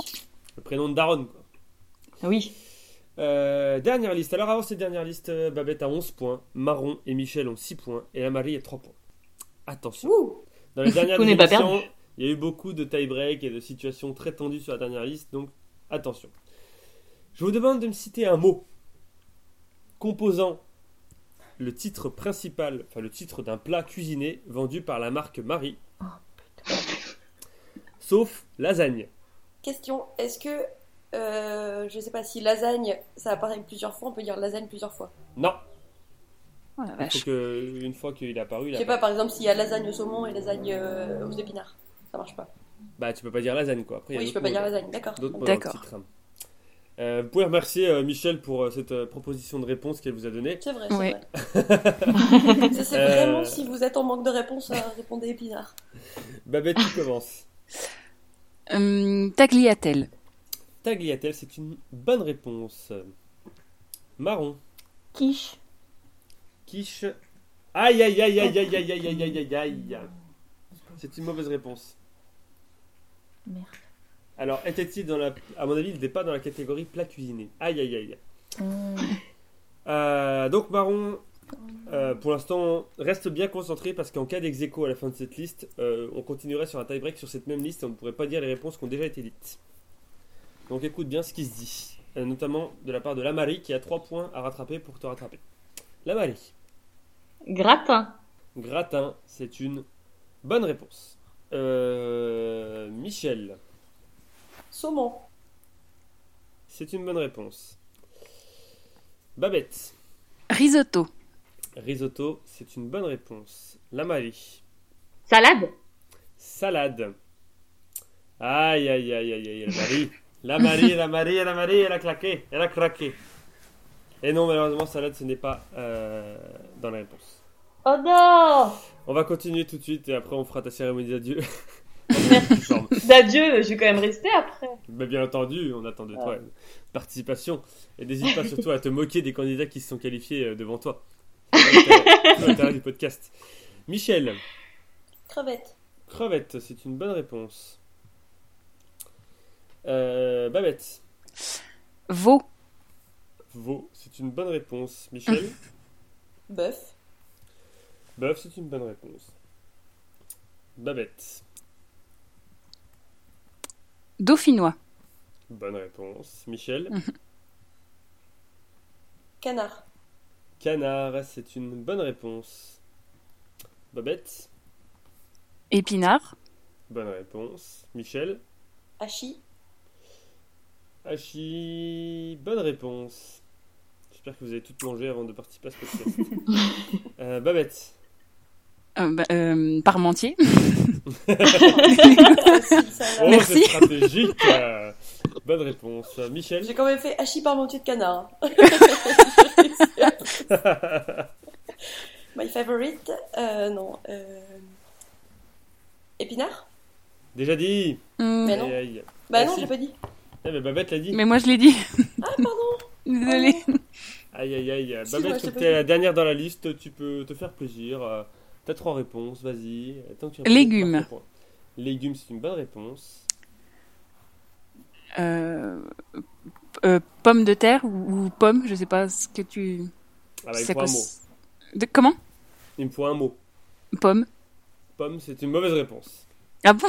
Speaker 1: Le prénom de Daron. quoi.
Speaker 5: Oui.
Speaker 1: Euh, dernière liste. Alors avant cette dernière liste, euh, Babette a 11 points, Marron et Michel ont 6 points et la Marie a 3 points. Attention.
Speaker 4: Ouh.
Speaker 1: Dans les dernières
Speaker 5: On n'est pas
Speaker 1: émissions, il y a eu beaucoup de tie-break et de situations très tendues sur la dernière liste, donc attention. Je vous demande de me citer un mot composant le titre principal, enfin le titre d'un plat cuisiné vendu par la marque Marie.
Speaker 5: Oh,
Speaker 1: Sauf lasagne.
Speaker 4: Question, est-ce que euh, je sais pas si lasagne, ça apparaît plusieurs fois, on peut dire lasagne plusieurs fois.
Speaker 1: Non,
Speaker 2: Oh la
Speaker 1: il faut
Speaker 2: vache.
Speaker 1: que une fois qu'il est apparu, il
Speaker 4: Je
Speaker 1: a
Speaker 4: sais pas, par exemple, s'il y a lasagne au saumon et lasagne euh, aux épinards, ça marche pas.
Speaker 1: Bah tu peux pas dire lasagne quoi. Après, il y a
Speaker 4: Oui, je
Speaker 1: d'autres
Speaker 4: peux pas
Speaker 1: mots,
Speaker 4: dire
Speaker 1: là.
Speaker 4: lasagne, d'accord.
Speaker 1: D'autres mots dans le
Speaker 2: D'accord.
Speaker 1: titre. Euh, vous pouvez remercier euh, Michel pour euh, cette euh, proposition de réponse qu'elle vous a donnée.
Speaker 4: C'est vrai, c'est
Speaker 2: Ouais.
Speaker 4: vrai. ça c'est
Speaker 1: Euh.
Speaker 4: vraiment si vous êtes en manque de réponse, euh, répondez épinards.
Speaker 1: Babette, tu commences.
Speaker 2: Hum, tagliatelle.
Speaker 1: Tagliatelle, c'est une bonne réponse. Marron,
Speaker 5: Quiche.
Speaker 1: quiche. Aïe aïe aïe aïe aïe aïe aïe aïe aïe aïe aïe. C'est une mauvaise réponse.
Speaker 5: Merde.
Speaker 1: Alors, était-il dans la. À mon avis, il n'était pas dans la catégorie plat cuisiné. Aïe aïe aïe.
Speaker 5: Hum,
Speaker 1: Euh, donc Marron, euh, pour l'instant, reste bien concentré parce qu'en cas d'ex aequo à la fin de cette liste, euh, on continuerait sur un tie-break sur cette même liste et on ne pourrait pas dire les réponses qui ont déjà été dites. Donc écoute bien ce qui se dit, euh, notamment de la part de la Marie qui a 3 points à rattraper pour te rattraper. La Marie,
Speaker 3: Gratin.
Speaker 1: gratin, c'est une bonne réponse. Euh, Michel,
Speaker 4: Saumon,
Speaker 1: c'est une bonne réponse. Babette,
Speaker 2: Risotto.
Speaker 1: risotto, c'est une bonne réponse. La Marie.
Speaker 3: Salade.
Speaker 1: Salade. Aïe, aïe, aïe, aïe, aïe, la Marie. La Marie, la Marie, la Marie, elle a claqué, elle a craqué. Et non, malheureusement, salade, ce n'est pas euh, dans la réponse.
Speaker 3: Oh non
Speaker 1: On va continuer tout de suite et après, on fera ta cérémonie d'adieu. Forme.
Speaker 3: D'adieu, Bah, je vais quand même rester après.
Speaker 1: Mais bien entendu, on attend de toi une participation. Et n'hésite pas surtout à te moquer des candidats qui se sont qualifiés euh, devant toi. C'est l'intérêt- c'est l'intérêt du podcast. Michel,
Speaker 4: crevette,
Speaker 1: crevette, c'est une bonne réponse. Euh, Babette.
Speaker 2: Veau.
Speaker 1: Veau, c'est une bonne réponse. Michel
Speaker 4: bœuf,
Speaker 1: Bœuf, c'est une bonne réponse. Babette,
Speaker 2: Dauphinois.
Speaker 1: bonne réponse. Michel
Speaker 4: Mm. canard,
Speaker 1: Canard, c'est une bonne réponse. Babette,
Speaker 2: Épinard.
Speaker 1: bonne réponse. Michel
Speaker 4: hachis,
Speaker 1: Hachi, bonne réponse. J'espère que vous avez toutes mangé avant de participer à ce podcast. Euh, Babette,
Speaker 2: Euh, bah, euh, parmentier.
Speaker 4: facile,
Speaker 1: oh,
Speaker 4: ça, là.
Speaker 2: Merci.
Speaker 1: c'est stratégique euh, Bonne réponse. Michel
Speaker 4: J'ai quand même fait hachis parmentier de canard. hein. My favorite, euh, non, euh, épinard
Speaker 1: Déjà dit
Speaker 2: Hum,
Speaker 4: Mais non.
Speaker 1: Aïe, aïe.
Speaker 4: Bah non,
Speaker 1: Merci.
Speaker 4: j'ai pas dit.
Speaker 1: Eh, mais Babette l'a dit.
Speaker 2: mais moi je l'ai dit.
Speaker 4: Ah pardon. Ah
Speaker 2: Désolée.
Speaker 1: Aïe aïe aïe, euh,
Speaker 4: Si, moi,
Speaker 1: Babette,
Speaker 4: je
Speaker 1: comme
Speaker 4: t'ai
Speaker 1: t'es
Speaker 4: pas
Speaker 1: la dernière dans la liste, tu peux te faire plaisir. euh, T'as trois réponses, vas-y. euh, tant que tu réponds,
Speaker 2: Légumes.
Speaker 1: marque le point. Légumes, c'est une bonne réponse.
Speaker 2: Euh, euh, pomme de terre ou, ou pomme, je sais pas ce que tu.
Speaker 1: Ah bah, il me
Speaker 2: ça
Speaker 1: faut un mot.
Speaker 2: cons- De, comment
Speaker 1: Il me faut un mot.
Speaker 2: Pomme.
Speaker 1: Pomme, c'est une mauvaise réponse.
Speaker 2: Ah bon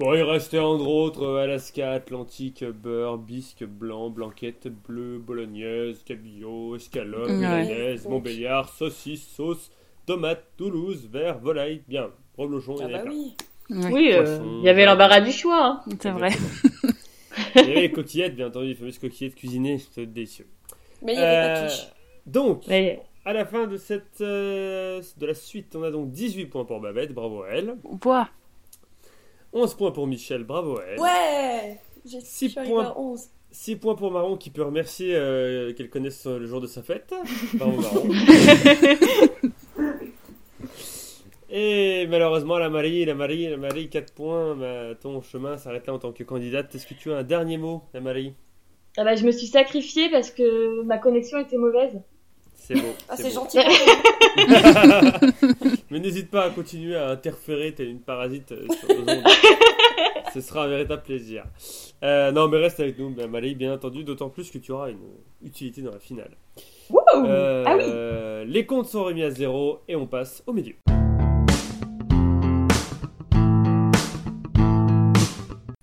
Speaker 1: Bon, il restait entre autres euh, Alaska, Atlantique, euh, beurre, bisque, blanc, blanquette, bleu, bolognaise, cabillaud, escalope,
Speaker 2: Ouais.
Speaker 1: milanaise,
Speaker 4: Donc.
Speaker 1: montbéliard, saucisse, sauce, tomate, toulouse, vert, volaille, bien, reblochon, il y
Speaker 4: Ah
Speaker 1: en avait
Speaker 4: bah
Speaker 1: plein.
Speaker 4: oui.
Speaker 2: Ouais,
Speaker 3: Oui, euh,
Speaker 1: Poisson.
Speaker 3: il y avait l'embarras du choix. hein.
Speaker 2: C'est vrai.
Speaker 1: Exactement. Il y avait les coquillettes, bien entendu, les fameuses coquillettes cuisinées, c'était délicieux.
Speaker 4: Mais il y avait
Speaker 1: Euh,
Speaker 4: pas quiche.
Speaker 1: Donc,
Speaker 3: Mais
Speaker 1: à la fin de cette euh, de la suite, on a donc 18 points pour Babette, bravo à elle.
Speaker 2: Ouah.
Speaker 1: 11 points pour Michel, bravo à elle.
Speaker 4: Ouais J'ai
Speaker 1: Six
Speaker 4: je suis arrivée
Speaker 1: points.
Speaker 4: à 11.
Speaker 1: 6 points pour Marron qui peut remercier euh, qu'elle connaisse euh, le jour de sa fête. Bravo Marron. Et malheureusement, la Marie, la Marie, la Marie, 4 points. bah, ton chemin s'arrête là en tant que candidate. Est-ce que tu as un dernier mot, la Marie
Speaker 3: ah bah, je me suis sacrifiée parce que ma connexion était mauvaise.
Speaker 1: C'est beau.
Speaker 4: Ah,
Speaker 1: c'est
Speaker 4: c'est
Speaker 1: beau.
Speaker 4: gentil. pour toi.
Speaker 1: Mais n'hésite pas à continuer à interférer, t'es une parasite euh, sur nos ondes. Ce sera un véritable plaisir. Euh, non, mais reste avec nous, bah, Malé, bien entendu, d'autant plus que tu auras une utilité dans la finale.
Speaker 3: Wouh
Speaker 1: Euh,
Speaker 3: Ah oui
Speaker 1: Les comptes sont remis à zéro et on passe au milieu.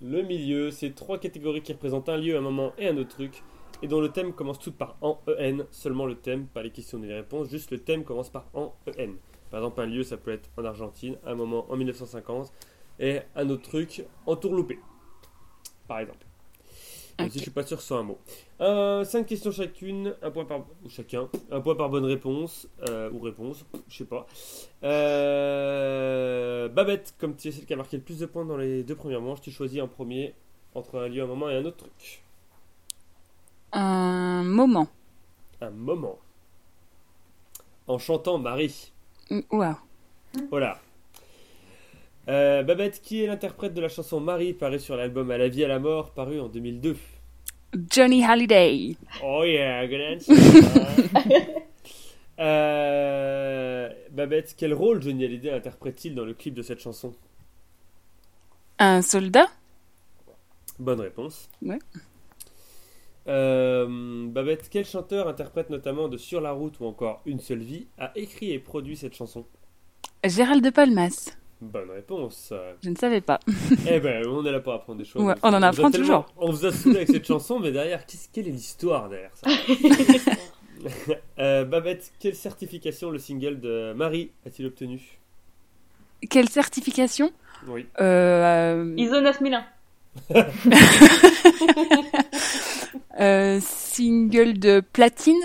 Speaker 1: Le milieu, c'est trois catégories qui représentent un lieu, un moment et un autre truc, et dont le thème commence toutes par en en, seulement le thème, pas les questions ni les réponses, juste le thème commence par en en. Par exemple, un lieu, ça peut être en Argentine, un moment en 1950, et un autre truc en tourloupé, par exemple. Même
Speaker 2: Ok.
Speaker 1: si je suis pas sûr que ce soit un mot. Euh, cinq questions chacune, un point par ou chacun, un point par bonne réponse euh, ou réponse, je sais pas. Euh, Babette, comme tu es celle qui a marqué le plus de points dans les deux premières manches, tu choisis en premier entre un lieu, un moment et un autre truc.
Speaker 2: Un moment.
Speaker 1: Un moment. En chantant Marie.
Speaker 2: Mm, Waouh.
Speaker 1: Voilà. Euh, Babette, qui est l'interprète de la chanson Marie, parue sur l'album À la vie à la mort, paru en 2002
Speaker 2: Johnny Halliday.
Speaker 1: Oh yeah, good answer. Euh, Babette, quel rôle Johnny Hallyday interprète-t-il dans le clip de cette chanson
Speaker 2: Un soldat.
Speaker 1: Bonne réponse.
Speaker 2: Ouais.
Speaker 1: Euh, Babette, quel chanteur interprète notamment de Sur la route ou encore Une seule vie a écrit et produit cette chanson
Speaker 2: Gérald de Palmas.
Speaker 1: Bonne réponse.
Speaker 2: Je ne savais pas.
Speaker 1: eh ben, vous, on est là pour apprendre des choses.
Speaker 2: Ouais, on en
Speaker 1: vous a
Speaker 2: apprend
Speaker 1: tellement- On vous a saoulé avec cette chanson, mais derrière, qu'est-ce- quelle est l'histoire derrière ça Euh, Babette, quelle certification le single de Marie a-t-il obtenu
Speaker 2: Quelle certification
Speaker 1: Oui.
Speaker 2: euh, euh,
Speaker 3: ISO 9001.
Speaker 2: euh, Single de platine.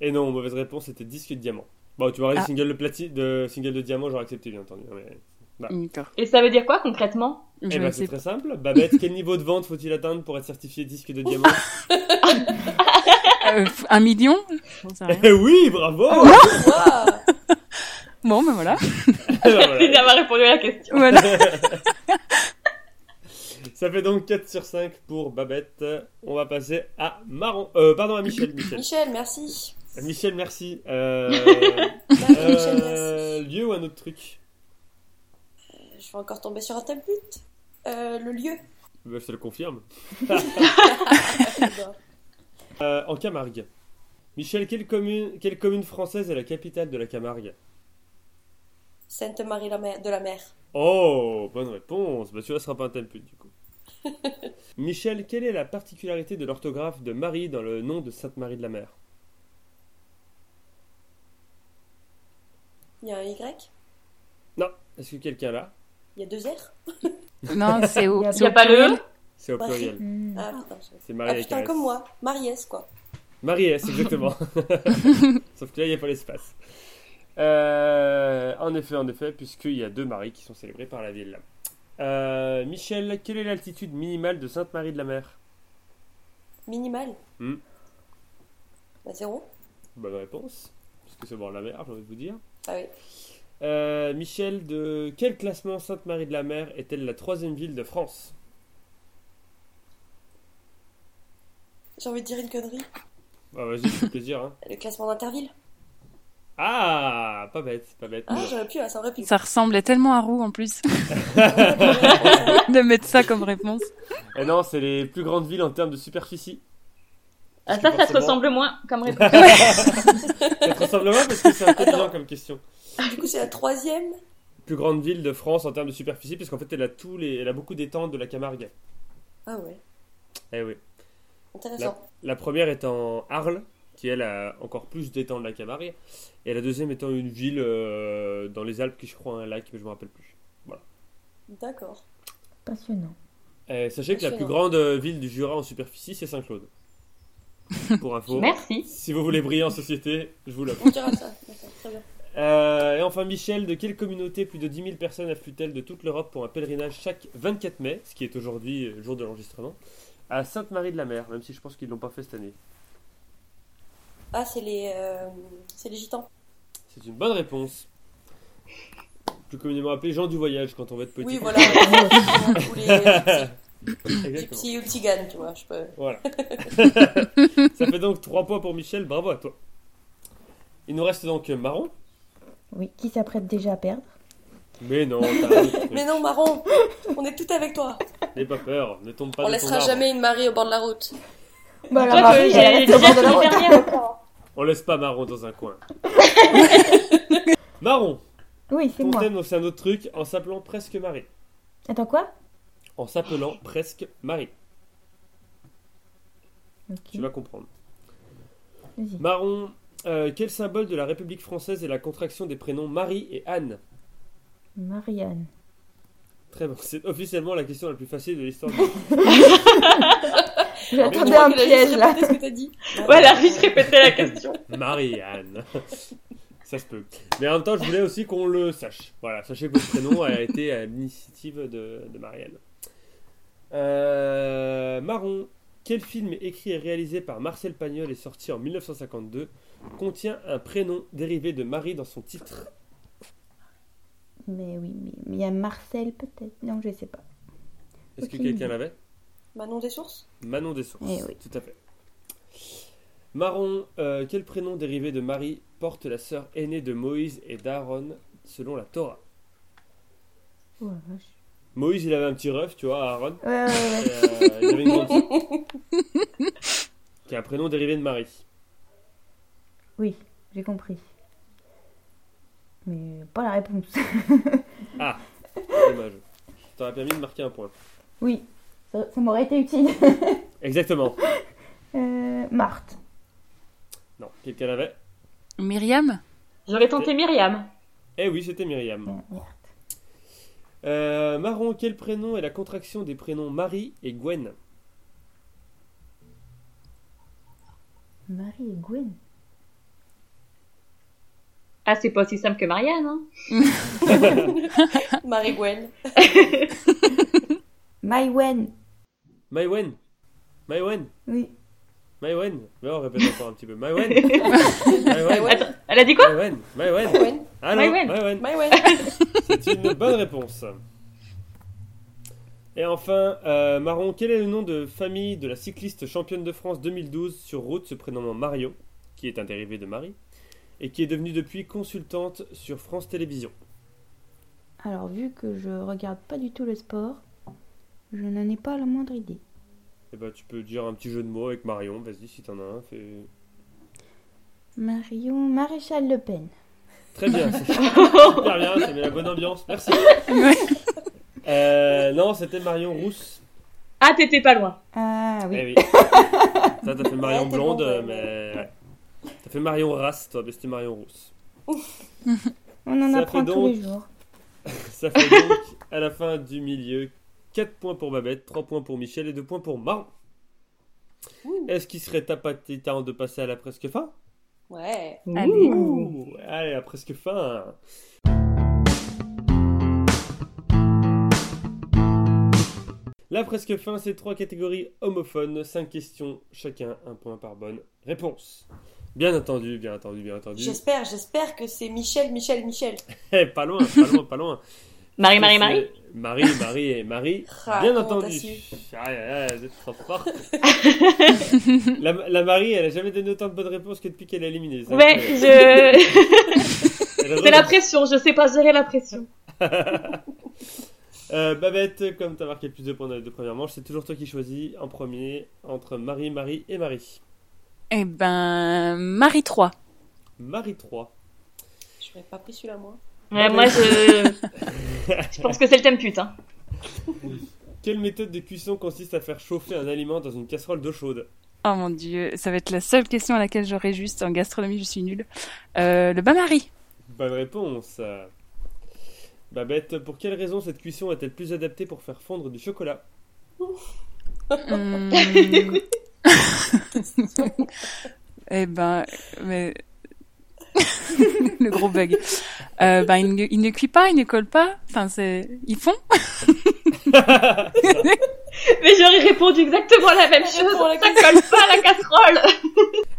Speaker 1: Et non, mauvaise réponse, c'était disque de diamant. Bon, tu m'aurais dit
Speaker 2: Ah.
Speaker 1: single de, platine, de single de diamant, j'aurais accepté, bien entendu. mais-
Speaker 2: D'accord.
Speaker 3: Et ça veut dire quoi concrètement
Speaker 2: Je
Speaker 1: Eh ben,
Speaker 2: ne
Speaker 1: c'est
Speaker 2: sais pas.
Speaker 1: très simple. Babette, quel niveau de vente faut-il atteindre pour être certifié disque de diamant
Speaker 2: Euh, f- un million J'en sais rien.
Speaker 1: Eh oui, bravo
Speaker 2: Ah
Speaker 4: Waouh.
Speaker 2: Bon, ben voilà.
Speaker 1: Eh ben,
Speaker 3: C'est
Speaker 1: voilà.
Speaker 3: d'avoir répondu à la question.
Speaker 2: voilà.
Speaker 1: Ça fait donc 4 sur 5 pour Babette. On va passer à Marron. Euh, pardon, à Michel. Michel,
Speaker 4: Michel, merci.
Speaker 1: Michel merci. Euh,
Speaker 4: Marie, Michel,
Speaker 1: euh,
Speaker 4: merci.
Speaker 1: lieu ou un autre truc
Speaker 4: Je vais encore tomber sur un tel but. Euh, le lieu.
Speaker 1: Bah, Je te le confirme.
Speaker 4: J'adore.
Speaker 1: Euh, en Camargue. Michel, quelle commune, quelle commune française est la capitale de la Camargue
Speaker 4: Sainte-Marie la mer- de la Mer.
Speaker 1: Oh, bonne réponse. Bah, celui-là sera pas un thème pute, du coup. Michel, quelle est la particularité de l'orthographe de Marie dans le nom de Sainte-Marie de la Mer
Speaker 4: Il y a un Y.
Speaker 1: Non, est-ce que quelqu'un là
Speaker 4: Il y a deux R.
Speaker 2: Non, c'est au.
Speaker 5: Il y a
Speaker 2: c'est
Speaker 3: Il n'y a
Speaker 2: au
Speaker 3: pas
Speaker 2: pluriel.
Speaker 3: le
Speaker 1: C'est au
Speaker 4: Marie.
Speaker 1: pluriel.
Speaker 5: Hmm.
Speaker 4: Ah putain. je-
Speaker 1: C'est
Speaker 4: Ah
Speaker 1: Marie
Speaker 4: putain,
Speaker 1: avec un
Speaker 4: comme
Speaker 1: S.
Speaker 4: moi. Marie-S, quoi.
Speaker 1: Marie S, exactement. Sauf que là, il n'y a pas l'espace. Euh, en effet, en effet, puisqu'il y a deux maris qui sont célébrés par la ville. Euh, Michel, quelle est l'altitude minimale de Sainte-Marie-de-la-Mer
Speaker 4: Minimal.
Speaker 1: Hmm.
Speaker 4: Bah, zéro.
Speaker 1: Bonne réponse, puisque c'est au bord de la mer, j'ai envie de vous dire.
Speaker 4: Ah oui.
Speaker 1: Euh, Michel, de quel classement Sainte-Marie-de-la-Mer est-elle la troisième ville de France
Speaker 4: J'ai envie de dire une connerie.
Speaker 1: Ah, vas-y, fais plaisir. Hein.
Speaker 4: Le classement d'Interville.
Speaker 1: Ah, pas bête, pas bête.
Speaker 4: Ah, j'aurais pu, ah, ça aurait pu.
Speaker 2: Ça ressemblait tellement à roux en plus de mettre ça comme réponse.
Speaker 1: Et Eh non, c'est les plus grandes villes en termes de superficie.
Speaker 3: Ah,
Speaker 1: Parce que
Speaker 3: ça, ça te
Speaker 1: forcément-
Speaker 3: ressemble moins comme réponse.
Speaker 1: Ça te ressemble moins parce que c'est intelligent comme question.
Speaker 4: du coup, c'est la troisième.
Speaker 1: plus grande ville de France en termes de superficie, parce qu'en fait, elle a, tous les, elle a beaucoup d'étangs de la Camargue.
Speaker 4: Ah ouais.
Speaker 1: Eh oui.
Speaker 4: Intéressant.
Speaker 1: La première est en Arles, qui elle a encore plus d'étangs de la Camargue, et la deuxième étant une ville euh, dans les Alpes qui, je crois, a un lac, mais je me rappelle plus.
Speaker 4: D'accord.
Speaker 5: Passionnant.
Speaker 1: Eh, sachez que la plus
Speaker 4: Passionnant.
Speaker 1: grande euh, ville du Jura en superficie, c'est Saint-Claude. Pour info,
Speaker 3: Merci.
Speaker 1: si vous voulez briller en société, je vous l'offre.
Speaker 4: On dira ça. D'accord, très bien.
Speaker 1: Euh, et enfin, Michel, de quelle communauté plus de 10 000 personnes affluent-elles de toute l'Europe pour un pèlerinage chaque 24 mai, ce qui est aujourd'hui euh, jour de l'enregistrement, à Sainte-Marie-de-la-Mer, même si je pense qu'ils l'ont pas fait cette année
Speaker 4: Ah, c'est les, euh, c'est les gitans.
Speaker 1: C'est une bonne réponse. Plus communément appelé gens du voyage quand on va être petit.
Speaker 4: Oui, voilà. ou les
Speaker 1: Exactement.
Speaker 4: gypsies ou tziganes, tu vois. Je peux...
Speaker 1: Voilà. Ça fait donc 3 points pour Michel, bravo à toi. Il nous reste donc Marron.
Speaker 5: Oui, qui s'apprête déjà à perdre
Speaker 1: Mais non, t'as un autre truc.
Speaker 4: Mais non, Marron, on est tout avec toi.
Speaker 1: N'aie pas peur, ne tombe pas
Speaker 4: on
Speaker 1: de ton
Speaker 4: laissera
Speaker 1: arbre.
Speaker 4: jamais une marée au bord de la route.
Speaker 5: Bah
Speaker 3: Toi,
Speaker 5: Marie,
Speaker 3: j'ai-
Speaker 5: elle reste
Speaker 3: j'ai
Speaker 5: au bord de la
Speaker 3: fini
Speaker 5: route.
Speaker 3: dernière encore.
Speaker 1: On laisse pas Marron dans un coin. Marron,
Speaker 5: Oui, c'est
Speaker 1: ton
Speaker 5: moi.
Speaker 1: thème, donc, c'est un autre truc en s'appelant presque Marie.
Speaker 5: Attends, quoi
Speaker 1: En s'appelant presque Marie. Tu
Speaker 5: Ok,
Speaker 1: vas comprendre.
Speaker 5: vas-y.
Speaker 1: Marron, euh, quel symbole de la République française est la contraction des prénoms Marie et Anne
Speaker 5: Marianne.
Speaker 1: Très bon, c'est officiellement la question la plus facile de l'histoire.
Speaker 5: J'attendais
Speaker 1: Ah,
Speaker 4: Je crois
Speaker 5: un
Speaker 4: qu'elle a
Speaker 5: piège,
Speaker 4: juste
Speaker 5: là.
Speaker 4: répété ce que t'as dit.
Speaker 3: Ouais, elle a juste répété la question.
Speaker 1: Marie-Anne. Ça se peut. Mais en même temps, je voulais aussi qu'on le sache. Voilà, sachez que votre prénom a été à l'initiative de, de Marianne. Euh, Marron, quel film écrit et réalisé par Marcel Pagnol et sorti en 1952 contient un prénom dérivé de Marie dans son titre
Speaker 5: Mais oui, mais mais il y a Marcel peut-être. Non, je sais pas.
Speaker 1: Est-ce que
Speaker 5: Aucune
Speaker 1: quelqu'un
Speaker 5: idée.
Speaker 1: l'avait
Speaker 4: Manon des sources
Speaker 1: Manon Dessources.
Speaker 5: Eh oui.
Speaker 1: Tout à fait. Marron, euh, quel prénom dérivé de Marie porte la sœur aînée de Moïse et d'Aaron selon la Torah
Speaker 5: Oh la vache.
Speaker 1: Moïse, il avait un petit ref, tu vois, Aaron.
Speaker 5: Ouais, ouais,
Speaker 1: Et,
Speaker 5: ouais.
Speaker 1: euh, il avait une grande sœur. qui a un prénom dérivé de Marie.
Speaker 5: Oui, j'ai compris. Mais pas la réponse.
Speaker 1: Dommage. Ça t'aurait permis de marquer un point.
Speaker 5: oui, ça, ça m'aurait été utile.
Speaker 1: Exactement.
Speaker 5: Euh, Marthe.
Speaker 1: Non, quelqu'un l'avait
Speaker 2: Myriam
Speaker 3: J'aurais tenté Myriam.
Speaker 1: Eh oui, c'était Myriam.
Speaker 5: Merde.
Speaker 1: Euh, Marron, quel prénom est la contraction des prénoms Marie et Gwen
Speaker 5: Marie et Gwen.
Speaker 3: Ah, c'est pas aussi simple que Marianne, hein.
Speaker 4: Marie-Gwen.
Speaker 5: Maïwen.
Speaker 1: Maïwen Maïwen
Speaker 5: Oui.
Speaker 1: Maïwen Mais on répète encore un petit peu. Maïwen Maïwen
Speaker 3: Attends, elle a dit quoi
Speaker 1: Maïwen Maïwen
Speaker 4: Gwen.
Speaker 1: Allô
Speaker 3: Maïwen.
Speaker 1: Maïwen
Speaker 4: Maïwen.
Speaker 1: C'est une bonne réponse. Et enfin, euh, Marron, quel est le nom de famille de la cycliste championne de France 2012 sur route se prénommant Mario, qui est un dérivé de Marie, et qui est devenue depuis consultante sur France Télévisions
Speaker 5: Alors, vu que je regarde pas du tout le sport, je n'en ai pas la moindre idée.
Speaker 1: Eh ben, tu peux dire un petit jeu de mots avec Marion, vas-y si t'en as un. fais-
Speaker 5: Marion Maréchal Le Pen.
Speaker 1: Très bien, c'est super bien, ça met la bonne ambiance, merci.
Speaker 2: Ouais.
Speaker 1: Euh, non, c'était Marion Rousse.
Speaker 3: Ah, t'étais pas loin.
Speaker 5: Ah oui.
Speaker 1: Eh oui. Ça, t'as fait Marion
Speaker 4: Ouais, t'es
Speaker 1: Blonde,
Speaker 4: bon, ouais.
Speaker 1: mais. ouais. T'as fait Marion Race, toi, mais c'était Marion Rousse.
Speaker 5: On
Speaker 1: Ça
Speaker 5: en
Speaker 1: fait
Speaker 5: apprend tous
Speaker 1: donc-
Speaker 5: les jours.
Speaker 1: Ça fait donc à la fin du milieu 4 points pour Babette, 3 points pour Michel et 2 points pour Marron.
Speaker 4: Ouh.
Speaker 1: Est-ce qu'il serait tapaté temps de passer à la presque fin
Speaker 4: Ouais.
Speaker 2: Allez.
Speaker 1: Ouh, Allez, à presque fin La presque fin, c'est trois catégories homophones, 5 questions chacun, un point par bonne réponse. Bien entendu, bien entendu, bien entendu.
Speaker 4: J'espère, j'espère que c'est Michel, Michel, Michel.
Speaker 1: Eh, pas loin, pas loin, pas loin.
Speaker 3: Marie, Marie, Marie.
Speaker 1: C'est Marie, Marie et Marie.
Speaker 4: Ah,
Speaker 1: bien
Speaker 4: comment
Speaker 1: entendu.
Speaker 4: t'as su
Speaker 1: Aïe, aïe, aïe, vous êtes trop forte. la, la Marie, elle a jamais donné autant de bonnes réponses que depuis qu'elle est éliminée. ça.
Speaker 3: Ouais, je...
Speaker 1: Elle
Speaker 3: c'est la
Speaker 1: redonne.
Speaker 3: pression, je sais pas gérer la pression.
Speaker 1: Euh, Babette, comme t'as marqué le plus de points dans les deux premières manches, c'est toujours toi qui choisis en premier entre Marie, Marie et Marie.
Speaker 2: Eh ben, Marie 3.
Speaker 1: Marie 3.
Speaker 4: Je n'aurais pas pris celui-là, moi.
Speaker 3: Ouais, moi, je... je pense que c'est le thème pute, hein.
Speaker 1: Quelle méthode de cuisson consiste à faire chauffer un aliment dans une casserole d'eau chaude
Speaker 2: Oh mon dieu, ça va être la seule question à laquelle j'aurai juste. En gastronomie, je suis nulle. Euh, le bain-marie.
Speaker 1: Bonne réponse. Babette, pour quelle raison cette cuisson est-elle plus adaptée pour faire fondre du chocolat
Speaker 2: Hum. eh ben, mais... le gros bug. Euh, ben, il ne, il ne cuit pas, il ne colle pas. Enfin, c'est... Ils font
Speaker 3: Mais j'aurais répondu exactement la même chose.
Speaker 4: Pour la
Speaker 3: Ça colle pas à la casserole.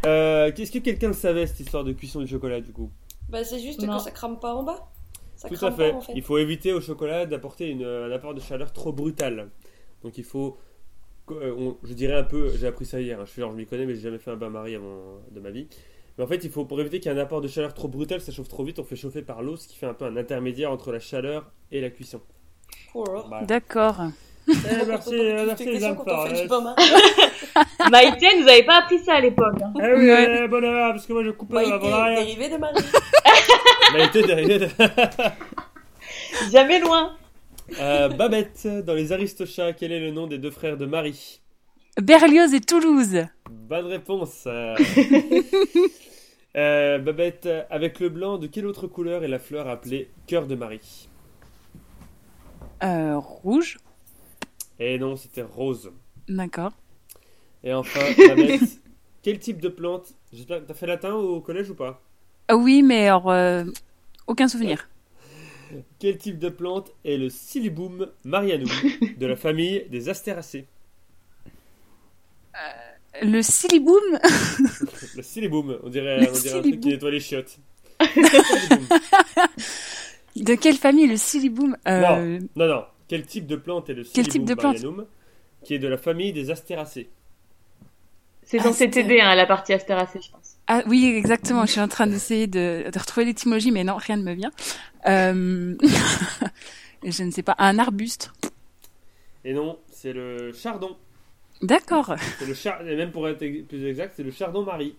Speaker 1: Euh, Qu'est-ce que quelqu'un le savait cette histoire de cuisson du chocolat du coup
Speaker 4: Bah, c'est juste
Speaker 3: Non.
Speaker 4: que ça crame pas en bas. Ça
Speaker 1: Tout à
Speaker 4: crame
Speaker 1: fait.
Speaker 4: pas, en fait.
Speaker 1: Il faut éviter au chocolat d'apporter une- euh, un apport de chaleur trop brutal. Donc il faut, euh, on- je dirais un peu, j'ai appris ça hier. hein, je suis genre, je m'y connais, mais j'ai jamais fait un bain-marie avant de ma vie. Mais Mais en fait, il faut pour éviter qu'il y ait un apport de chaleur trop brutal, ça chauffe trop vite, on fait chauffer par l'eau, ce qui fait un peu un intermédiaire entre la chaleur et la cuisson. Bah.
Speaker 4: Oh là.
Speaker 1: Voilà.
Speaker 2: D'accord.
Speaker 1: Eh, merci,
Speaker 4: Plus de
Speaker 1: merci les
Speaker 4: questions
Speaker 1: hommes
Speaker 4: quand on fait du
Speaker 1: forts.
Speaker 4: pain, hein.
Speaker 3: Maïté, nous avait pas appris ça à l'époque. hein.
Speaker 1: Eh oui,
Speaker 2: Ouais.
Speaker 1: eh, bonne heure, parce que moi je coupe euh, la
Speaker 4: Maïté,
Speaker 1: volaille.
Speaker 4: Bah, dérivé de Marie.
Speaker 1: Maïté dérivé de-
Speaker 3: Jamais loin.
Speaker 1: Euh, Babette, dans les Aristochats, quel est le nom des deux frères de Marie
Speaker 2: Berlioz et Toulouse.
Speaker 1: Bonne réponse. euh. Euh, Babette, avec le blanc, de quelle autre couleur est la fleur appelée cœur de Marie
Speaker 2: Euh, rouge.
Speaker 1: Eh non, c'était rose.
Speaker 2: D'accord.
Speaker 1: Et enfin, Babette, quel type de plante J'espère que t'as fait latin au collège ou pas
Speaker 2: Ah oui, mais alors, euh, aucun souvenir.
Speaker 1: Quel type de plante est le Silibum marianum de la famille des Astéracées
Speaker 2: Le siliboum.
Speaker 1: Le Silibum, on dirait,
Speaker 2: Le
Speaker 1: on dirait un
Speaker 2: Silibum.
Speaker 1: truc qui nettoie les chiottes. Silibum.
Speaker 2: De quelle famille le siliboum euh,
Speaker 1: Non, non. Quel type de plante est le
Speaker 2: Quel type
Speaker 1: Silibum
Speaker 2: de plante
Speaker 1: marianum, qui est de la famille des Astéracées
Speaker 3: C'est dans
Speaker 2: Astéra-
Speaker 3: CTD, hein, la partie Astéracée, je pense.
Speaker 2: Ah oui, exactement. Je suis en train d'essayer de, de retrouver l'étymologie, mais non, rien ne me vient. Euh, je ne sais pas. Un arbuste.
Speaker 1: Et non, c'est le chardon.
Speaker 2: D'accord.
Speaker 1: C'est le char... Et même pour être ex- plus exact, c'est le chardon Marie.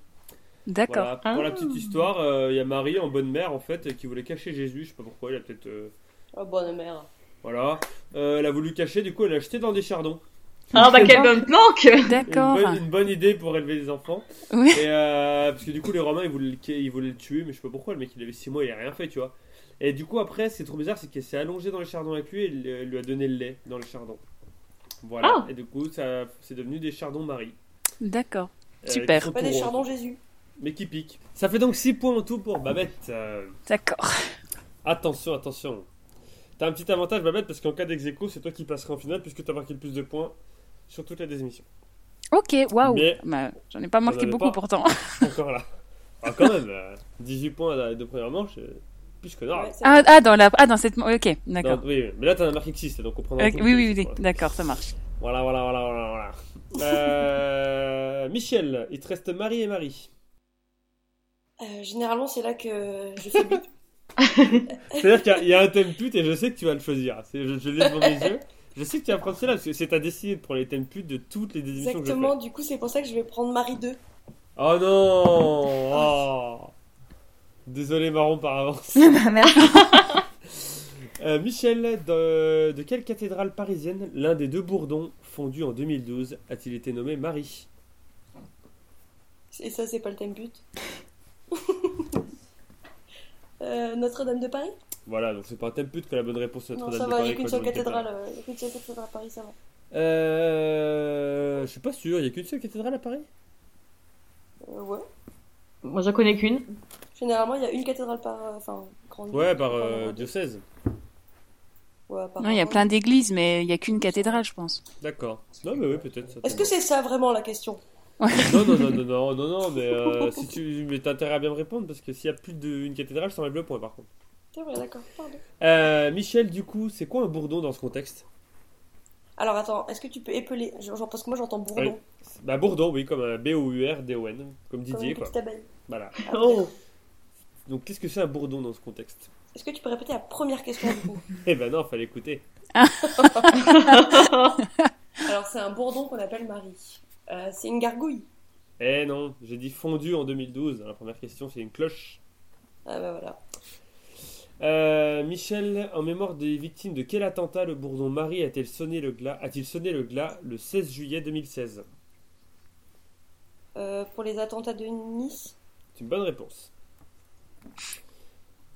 Speaker 2: D'accord. Ah.
Speaker 1: Voilà, Pour la petite histoire, euh, il y a Marie en bonne mère en fait qui voulait cacher Jésus. Je sais pas pourquoi, il a peut-être. euh,
Speaker 4: Oh, bonne mère.
Speaker 1: Voilà. Euh, elle a voulu cacher, du coup, elle a acheté dans des chardons.
Speaker 3: Ah bah quelle bonne planque
Speaker 1: Une
Speaker 2: D'accord.
Speaker 1: bonne, une bonne idée pour élever les enfants.
Speaker 2: Oui.
Speaker 1: Et, euh, parce que du coup, les Romains, ils voulaient, le- ils voulaient le tuer, mais je sais pas pourquoi. Le mec, il avait 6 mois, il a rien fait, tu vois. Et du coup, après, c'est trop bizarre, c'est qu'elle s'est allongée dans les chardons avec lui et il- elle lui a donné le lait dans les chardons. Voilà.
Speaker 3: Ah.
Speaker 1: Et du coup, ça, c'est devenu des chardons Marie.
Speaker 2: D'accord.
Speaker 1: Euh, qui
Speaker 2: Super.
Speaker 1: sont
Speaker 4: Pas
Speaker 1: tout
Speaker 4: des
Speaker 1: roses,
Speaker 4: chardons Jésus.
Speaker 1: Mais qui piquent. Ça fait donc 6 points en tout pour Babette. Euh,
Speaker 2: D'accord.
Speaker 1: attention, attention. T'as un petit avantage, Babette, parce qu'en cas d'exéco, c'est toi qui passeras en finale puisque t'as marqué le plus de points sur toutes les désémissions.
Speaker 2: Ok. Waouh.
Speaker 1: Mais-
Speaker 2: Bah, J'en ai pas marqué
Speaker 1: avait
Speaker 2: beaucoup
Speaker 1: pas.
Speaker 2: pourtant.
Speaker 1: Encore là. Ah, quand même, euh, 18 points à la de première manche, euh, plus que normal.
Speaker 4: Ouais, ça-
Speaker 2: Ah, ah, dans la, ah, dans cette, ok, d'accord.
Speaker 1: Non, oui, oui. mais là, t'en as marqué que 6, donc on prendra. en
Speaker 2: Ok,
Speaker 1: compte
Speaker 2: Euh, oui,
Speaker 1: que
Speaker 2: oui,
Speaker 1: six,
Speaker 2: oui,
Speaker 1: voilà.
Speaker 2: d'accord, ça marche.
Speaker 1: Voilà, voilà, voilà, voilà. voilà. Euh, Michel, il te reste Marie et Marie.
Speaker 4: Euh, généralement, c'est là que je fais bip.
Speaker 1: C'est-à-dire qu'il y a- il y, a un thème pute et je sais que tu vas le choisir. C'est- Je, je l'ai devant mes yeux. Je sais que tu vas prendre celle-là parce que c'est ta destinée de prendre les thèmes putes de toutes les désémissions que je
Speaker 4: Exactement,
Speaker 1: fais.
Speaker 4: du coup, c'est pour ça que je vais prendre Marie 2.
Speaker 1: Oh non Oh. Désolé, Marron, par avance.
Speaker 5: Bah, merci.
Speaker 1: Euh, Michel, de, de quelle cathédrale parisienne l'un des deux bourdons fondus en 2012 a-t-il été nommé Marie
Speaker 4: Et ça, c'est pas le thème but. Euh, Notre-Dame de Paris
Speaker 1: Voilà, donc c'est pas un thème pute que la bonne réponse
Speaker 4: Non,
Speaker 1: Notre-Dame
Speaker 4: ça
Speaker 1: de
Speaker 4: va, il
Speaker 1: Paris,
Speaker 4: n'y a qu'une
Speaker 1: quoi,
Speaker 4: seule
Speaker 1: je hein. m'en
Speaker 4: cathédrale.
Speaker 1: occupe
Speaker 4: euh, Il n'y a qu'une seule cathédrale à Paris, ça va.
Speaker 1: pas. Euh, je suis pas sûr, il y a qu'une seule cathédrale à Paris
Speaker 4: Euh, ouais.
Speaker 3: Moi j'en connais qu'une.
Speaker 4: Généralement, il y a une cathédrale par. euh, Enfin, grande.
Speaker 1: Ouais, par
Speaker 4: grande
Speaker 1: euh,
Speaker 4: grande.
Speaker 1: diocèse.
Speaker 4: Ouais, par
Speaker 2: Non, il y a plein d'églises, mais il y a qu'une cathédrale, je pense.
Speaker 1: D'accord. Non, mais oui, peut-être. ça
Speaker 4: Est-ce que c'est ça vraiment la question
Speaker 1: Non, non, non, non, non, non, non, mais euh, si tu, mais t'as intérêt à bien me répondre parce que s'il y a plus d'une cathédrale, je t'enlève le point par contre.
Speaker 4: C'est vrai, d'accord, pardon.
Speaker 1: Euh, Michel, du coup, c'est quoi un bourdon dans ce contexte
Speaker 4: Alors attends, est-ce que tu peux épeler Je- genre, Parce que moi j'entends bourdon,
Speaker 1: Bah, bourdon, oui, comme un B-O-U-R-D-O-N, comme
Speaker 4: comme
Speaker 1: Didier,
Speaker 4: une
Speaker 1: quoi.
Speaker 4: petite abeille.
Speaker 1: Voilà.
Speaker 4: Ah,
Speaker 3: Oh.
Speaker 1: Donc qu'est-ce que c'est un bourdon dans ce contexte
Speaker 4: Est-ce que tu peux répéter la première question du coup
Speaker 1: Eh ben non, fallait écouter.
Speaker 4: Alors c'est un bourdon qu'on appelle Marie. Euh, c'est une gargouille.
Speaker 1: Eh non, j'ai dit fondu en 2012. hein, La première question, c'est une cloche.
Speaker 4: Ah bah voilà.
Speaker 1: Euh, Michel, en mémoire des victimes de quel attentat le bourdon Marie a-t-il sonné le glas A-t-il sonné le glas le 16 juillet 2016
Speaker 4: Euh, pour les attentats de Nice,
Speaker 1: C'est une bonne réponse.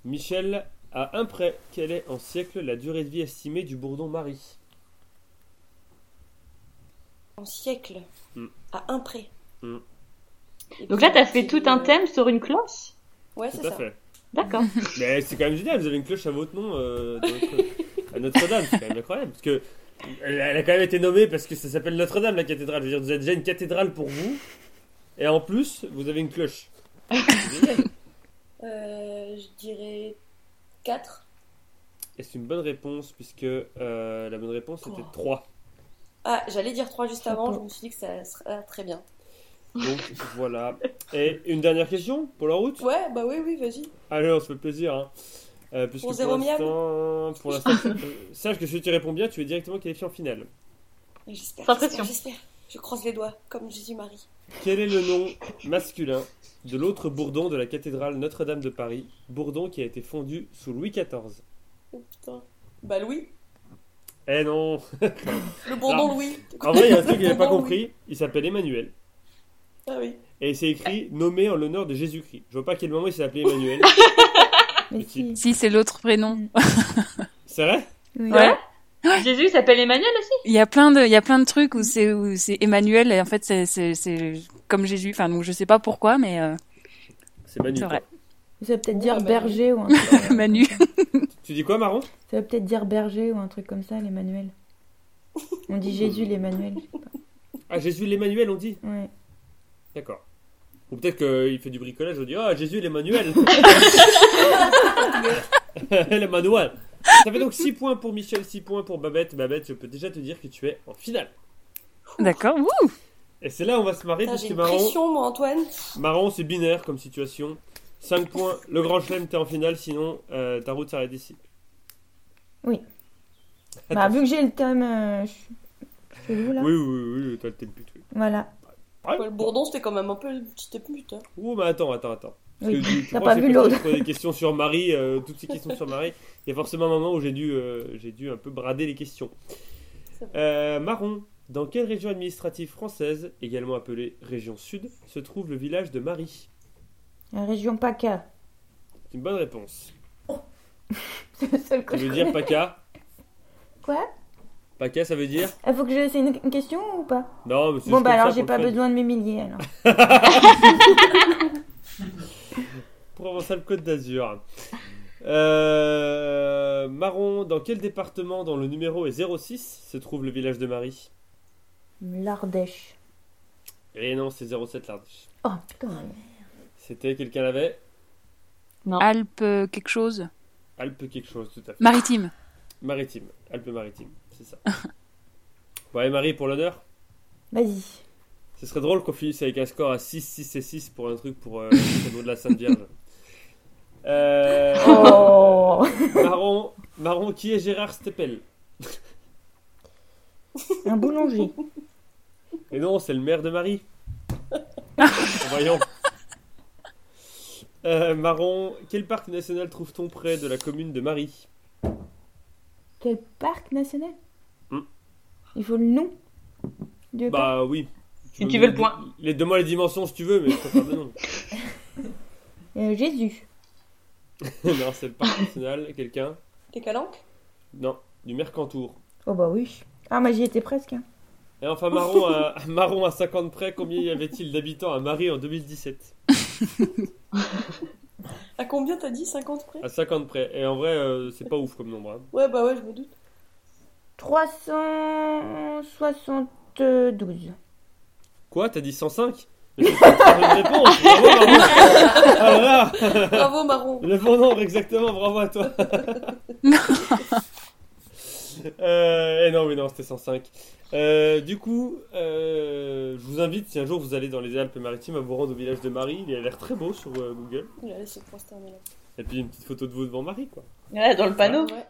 Speaker 1: Michel, à un près, quelle est en siècle la durée de vie estimée du bourdon Marie
Speaker 4: en siècle,
Speaker 1: Mm.
Speaker 4: à un pré.
Speaker 1: Mm.
Speaker 4: Et
Speaker 3: Donc
Speaker 4: puis,
Speaker 3: là t'as fait
Speaker 4: c'est
Speaker 3: tout
Speaker 4: le-
Speaker 3: un thème sur une cloche
Speaker 4: Ouais,
Speaker 1: Tout
Speaker 4: c'est
Speaker 1: à
Speaker 4: ça.
Speaker 1: fait.
Speaker 3: D'accord.
Speaker 1: Mais c'est quand même génial, vous avez une cloche à votre nom euh, dans votre- à Notre-Dame, c'est quand même incroyable. Parce que elle, elle a quand même été nommée parce que ça s'appelle Notre-Dame la cathédrale. Je veux dire, vous avez déjà une cathédrale pour vous, et en plus, vous avez une cloche. C'est génial.
Speaker 4: Euh, je dirais 4.
Speaker 1: Et c'est une bonne réponse, puisque euh, la bonne réponse c'était 3.
Speaker 4: Ah, j'allais dire 3 juste avant,
Speaker 5: Chapeau.
Speaker 4: je me suis dit que ça serait ah, très bien.
Speaker 1: Donc voilà. Et une dernière question pour la route
Speaker 4: Ouais, bah oui, oui, vas-y.
Speaker 1: Allez, on se fait plaisir. Hein. Euh, puisque
Speaker 4: Pour
Speaker 1: pour
Speaker 4: zéro miable
Speaker 1: l'instant, pour l'instant, euh, sache que si tu réponds bien, tu es directement qualifié en finale.
Speaker 4: J'espère.
Speaker 3: Sans
Speaker 4: j'espère,
Speaker 3: pression.
Speaker 4: J'espère. Je croise les doigts, comme Jésus-Marie.
Speaker 1: Quel est le nom masculin de l'autre bourdon de la cathédrale Notre-Dame de Paris, bourdon qui a été fondu sous Louis XIV
Speaker 4: Oh putain. Bah Louis.
Speaker 1: Eh non
Speaker 4: Le bourdon
Speaker 1: Non.
Speaker 4: Louis.
Speaker 1: En vrai, il y a un truc que
Speaker 4: Le
Speaker 1: j'avais pas
Speaker 4: bourdon
Speaker 1: compris. Il s'appelle Emmanuel.
Speaker 4: Louis. Ah oui.
Speaker 1: Et c'est écrit nommé en l'honneur de Jésus-Christ. Je vois pas à quel moment il s'est appelé Emmanuel.
Speaker 5: Mais
Speaker 1: Petit.
Speaker 5: si.
Speaker 2: Si, c'est l'autre prénom.
Speaker 1: C'est vrai
Speaker 5: Oui.
Speaker 2: Ouais.
Speaker 3: Jésus il s'appelle Emmanuel aussi.
Speaker 2: Il y a plein de, il y a plein de trucs où c'est, où c'est Emmanuel et en fait c'est, c'est, c'est comme Jésus. Enfin, donc je sais pas pourquoi, mais euh,
Speaker 1: C'est Manu.
Speaker 2: C'est vrai.
Speaker 1: quoi.
Speaker 5: Ça veut peut-être
Speaker 4: Ouais,
Speaker 5: dire
Speaker 4: bah,
Speaker 5: berger ou un truc.
Speaker 2: Manu.
Speaker 1: Tu dis quoi, Marron
Speaker 5: Ça veut peut-être dire berger ou un truc comme ça, l'Emmanuel. On dit Jésus, l'Emmanuel. je sais pas.
Speaker 1: Ah, Jésus l'Emmanuel, on dit
Speaker 5: Ouais.
Speaker 1: D'accord. Ou peut-être qu'il fait du bricolage, on dit Ah, Jésus l'Emmanuel L'Emmanuel Ça fait donc 6 points pour Michel, 6 points pour Babette. Babette, je peux déjà te dire que tu es en finale.
Speaker 2: D'accord. Ouh.
Speaker 1: Et c'est là où on va se marrer,
Speaker 4: Putain,
Speaker 1: parce
Speaker 4: j'ai
Speaker 1: que
Speaker 4: une
Speaker 1: Marron,
Speaker 4: pression, moi, Antoine.
Speaker 1: Marron c'est binaire comme situation. 5 points, le grand chelem, t'es en finale, sinon euh, ta route s'arrête ici.
Speaker 5: Bah, vu que j'ai le thème euh, ch- chelou là.
Speaker 1: Oui, oui, oui, oui, toi, t'es une pute. oui.
Speaker 5: Voilà.
Speaker 1: Ouais.
Speaker 4: Ouais, le bourdon, c'était quand même un peu une petite pute. hein.
Speaker 1: Ouh, mais attends, attends, attends. Parce
Speaker 5: Oui.
Speaker 1: que tu- tu
Speaker 5: T'as
Speaker 1: crois
Speaker 5: pas
Speaker 1: que
Speaker 5: vu
Speaker 1: c'est parce que
Speaker 5: l'autre.
Speaker 1: je prenais des questions sur Marie, euh, toutes ces questions sur Marie. Il y a forcément un moment où j'ai dû, euh, j'ai dû un peu brader les questions.
Speaker 4: C'est vrai.
Speaker 1: Euh, Marron, dans quelle région administrative française, également appelée région sud, se trouve le village de Marie
Speaker 5: La région PACA.
Speaker 1: C'est une bonne réponse.
Speaker 5: C'est le seul
Speaker 1: Ça
Speaker 5: que je
Speaker 1: veut dire
Speaker 5: connais.
Speaker 1: PACA
Speaker 5: Quoi
Speaker 1: PACA, ça veut dire
Speaker 5: Ah, faut que je. C'est une une question ou pas
Speaker 1: Non, mais c'est
Speaker 5: Bon,
Speaker 1: juste
Speaker 5: bah
Speaker 1: comme
Speaker 5: alors
Speaker 1: ça
Speaker 5: j'ai
Speaker 1: pour le
Speaker 5: pas
Speaker 1: fun.
Speaker 5: besoin de m'humilier alors.
Speaker 1: Provençal-Côte d'Azur. Euh, Marron, dans quel département dont le numéro est 06 se trouve le village de Marie
Speaker 5: L'Ardèche.
Speaker 1: Eh non, c'est 07 l'Ardèche.
Speaker 5: Oh putain.
Speaker 1: C'était quelqu'un l'avait
Speaker 2: Alpes euh, quelque chose.
Speaker 1: Alpes quelque chose, tout à fait.
Speaker 2: Maritime.
Speaker 1: Maritime, Alpes maritimes, c'est ça. ouais, Marie, pour l'honneur,
Speaker 5: Vas-y.
Speaker 1: ce serait drôle qu'on finisse avec un score à 6, 6 et 6 pour un truc pour euh, le cadeau de la Sainte Vierge. Euh,
Speaker 5: Oh
Speaker 1: marron, marron, qui est Gérard Steppel
Speaker 5: Un boulanger.
Speaker 1: Et non, c'est le maire de Marie. Voyons. Euh, marron, quel parc national trouve-t-on près de la commune de Marie
Speaker 5: Quel parc national
Speaker 1: Hmm.
Speaker 5: Il faut le nom du parc.
Speaker 1: Bah oui.
Speaker 3: Et
Speaker 1: me
Speaker 3: tu veux le
Speaker 1: mets-
Speaker 3: point.
Speaker 1: Les deux mois les dimensions si tu veux, mais je préfère le nom.
Speaker 5: Euh, Jésus.
Speaker 1: non, c'est le parc national, quelqu'un
Speaker 4: T'es calanque
Speaker 1: Non, du Mercantour.
Speaker 5: Oh bah oui. Ah, moi j'y étais presque. hein.
Speaker 1: Et enfin, Marron à, Marron à 50 près, combien y avait-il d'habitants à Marie en 2017
Speaker 4: À combien t'as dit 50 près
Speaker 1: À 50 près. Et en vrai, euh, c'est pas ouf comme nombre. hein.
Speaker 4: Ouais, bah ouais, je me doute.
Speaker 5: 372.
Speaker 1: Quoi T'as dit 105 Mais c'est pas une réponse Bravo, Marron Ah là là
Speaker 4: Bravo, Marron.
Speaker 1: Le bon nombre, exactement, bravo à toi
Speaker 2: Non.
Speaker 1: Euh, eh non, mais non, c'était 105. Euh, du coup, euh, je vous invite, si un jour vous allez dans les Alpes-Maritimes, à vous rendre au village de Marie. Il a l'air très beau sur euh, Google.
Speaker 4: Il a laissé pour là.
Speaker 1: Et puis une petite photo de vous devant Marie, quoi.
Speaker 3: Ouais, dans le panneau.
Speaker 4: Ouais.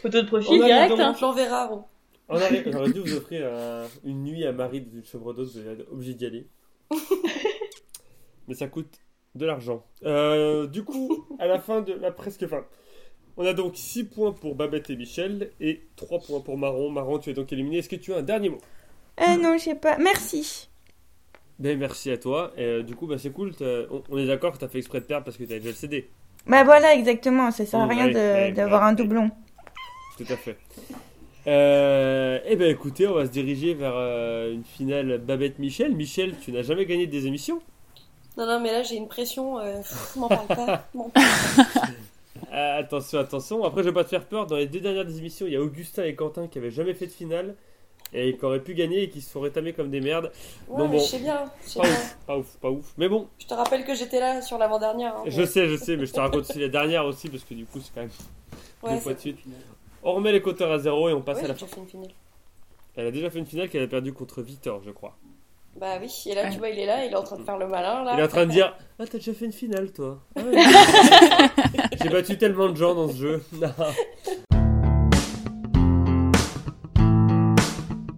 Speaker 3: Photo
Speaker 1: On
Speaker 3: de
Speaker 4: Oh
Speaker 3: profil
Speaker 1: a
Speaker 3: direct.
Speaker 1: les
Speaker 3: hein.
Speaker 4: Je l'enverrai à Ron.
Speaker 1: On aurait, on aurait dû vous offrir un- une nuit à Marie d'une chèvre d'eau, vous êtes obligé d'y aller. Mais ça coûte de l'argent. Euh, du coup, à la fin de la presque fin, on a donc 6 points pour Babette et Michel et 3 points pour Marron. Marron, tu es donc éliminé. Est-ce que tu as un dernier mot
Speaker 5: Ah non, je sais pas. Merci.
Speaker 1: ben, Merci à toi. Et, euh, du coup, bah, c'est cool. t'as- On, on est d'accord que tu as fait exprès de perdre parce que tu as déjà le CD.
Speaker 5: Bah voilà, exactement. Ça sert à
Speaker 1: Mm,
Speaker 5: rien
Speaker 1: oui,
Speaker 5: de-
Speaker 1: oui,
Speaker 5: d'avoir
Speaker 1: oui,
Speaker 5: un
Speaker 1: oui.
Speaker 5: doublon.
Speaker 1: Tout à fait. Euh, eh bien écoutez, on va se diriger vers euh, une finale Babette-Michel. Michel, tu n'as jamais gagné des émissions
Speaker 4: Non, non, mais là, j'ai une pression. euh, pff, M'en parle pas. M'en parle pas.
Speaker 1: Ah, attention, attention. Après, je vais pas te faire peur. Dans les deux dernières émissions, il y a Augustin et Quentin qui avaient jamais fait de finale et qui auraient pu gagner et qui se sont rétamés comme des merdes.
Speaker 4: Ouais,
Speaker 1: Non,
Speaker 4: mais
Speaker 1: bon.
Speaker 4: je sais bien. je sais
Speaker 1: Pas
Speaker 4: bien.
Speaker 1: ouf, pas ouf, pas ouf. Mais bon,
Speaker 4: Je te rappelle que j'étais là sur l'avant-dernière. hein.
Speaker 1: je sais, je sais, mais je te raconte aussi la dernière aussi parce que du coup, c'est quand même
Speaker 4: Ouais,
Speaker 1: deux fois
Speaker 4: c'est-
Speaker 1: de suite. On remet les compteurs à zéro et on passe
Speaker 4: ouais,
Speaker 1: à la fin.
Speaker 4: j'ai déjà fait une finale.
Speaker 1: Elle a déjà fait une finale qu'elle a perdue contre Vitor, je crois.
Speaker 4: Bah oui, et là, tu vois, il est là, il est en train de faire le malin, là.
Speaker 1: Il est en train de dire Ah, t'as déjà fait une finale, toi. Ah ouais. J'ai battu tellement de gens dans ce jeu. Non.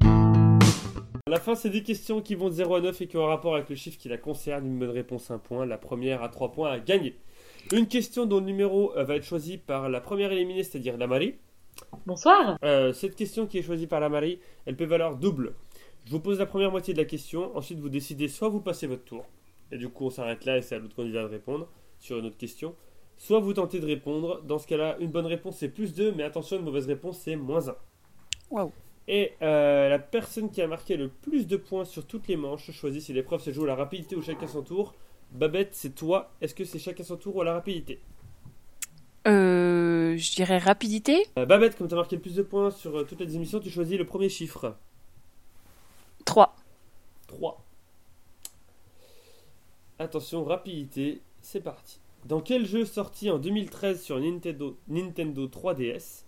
Speaker 1: À la fin, c'est 10 questions qui vont de 0 à 9 et qui ont un rapport avec le chiffre qui la concerne. Une bonne réponse, un point. La première à 3 points à gagner. Une question dont le numéro euh, va être choisi par la première éliminée, c'est-à-dire la Marie.
Speaker 3: Bonsoir.
Speaker 1: Euh, cette question qui est choisie par la Marie, elle peut valoir double. Je vous pose la première moitié de la question, ensuite vous décidez soit vous passez votre tour, et du coup on s'arrête là et c'est à l'autre candidat de répondre sur une autre question, soit vous tentez de répondre, dans ce cas-là une bonne réponse c'est plus 2, mais attention une mauvaise réponse c'est moins 1.
Speaker 2: Waouh.
Speaker 1: Et euh, la personne qui a marqué le plus de points sur toutes les manches choisit si l'épreuve se joue à la rapidité ou chacun son tour. Babette, c'est toi, est-ce que c'est chacun son tour ou à la rapidité
Speaker 2: Euh, je dirais rapidité.
Speaker 1: Euh, Babette, comme tu as marqué le plus de points sur euh, toutes les émissions, tu choisis le premier chiffre.
Speaker 2: 3.
Speaker 1: 3. Attention, rapidité, c'est parti. Dans quel jeu sorti en 2013 sur Nintendo, Nintendo 3DS,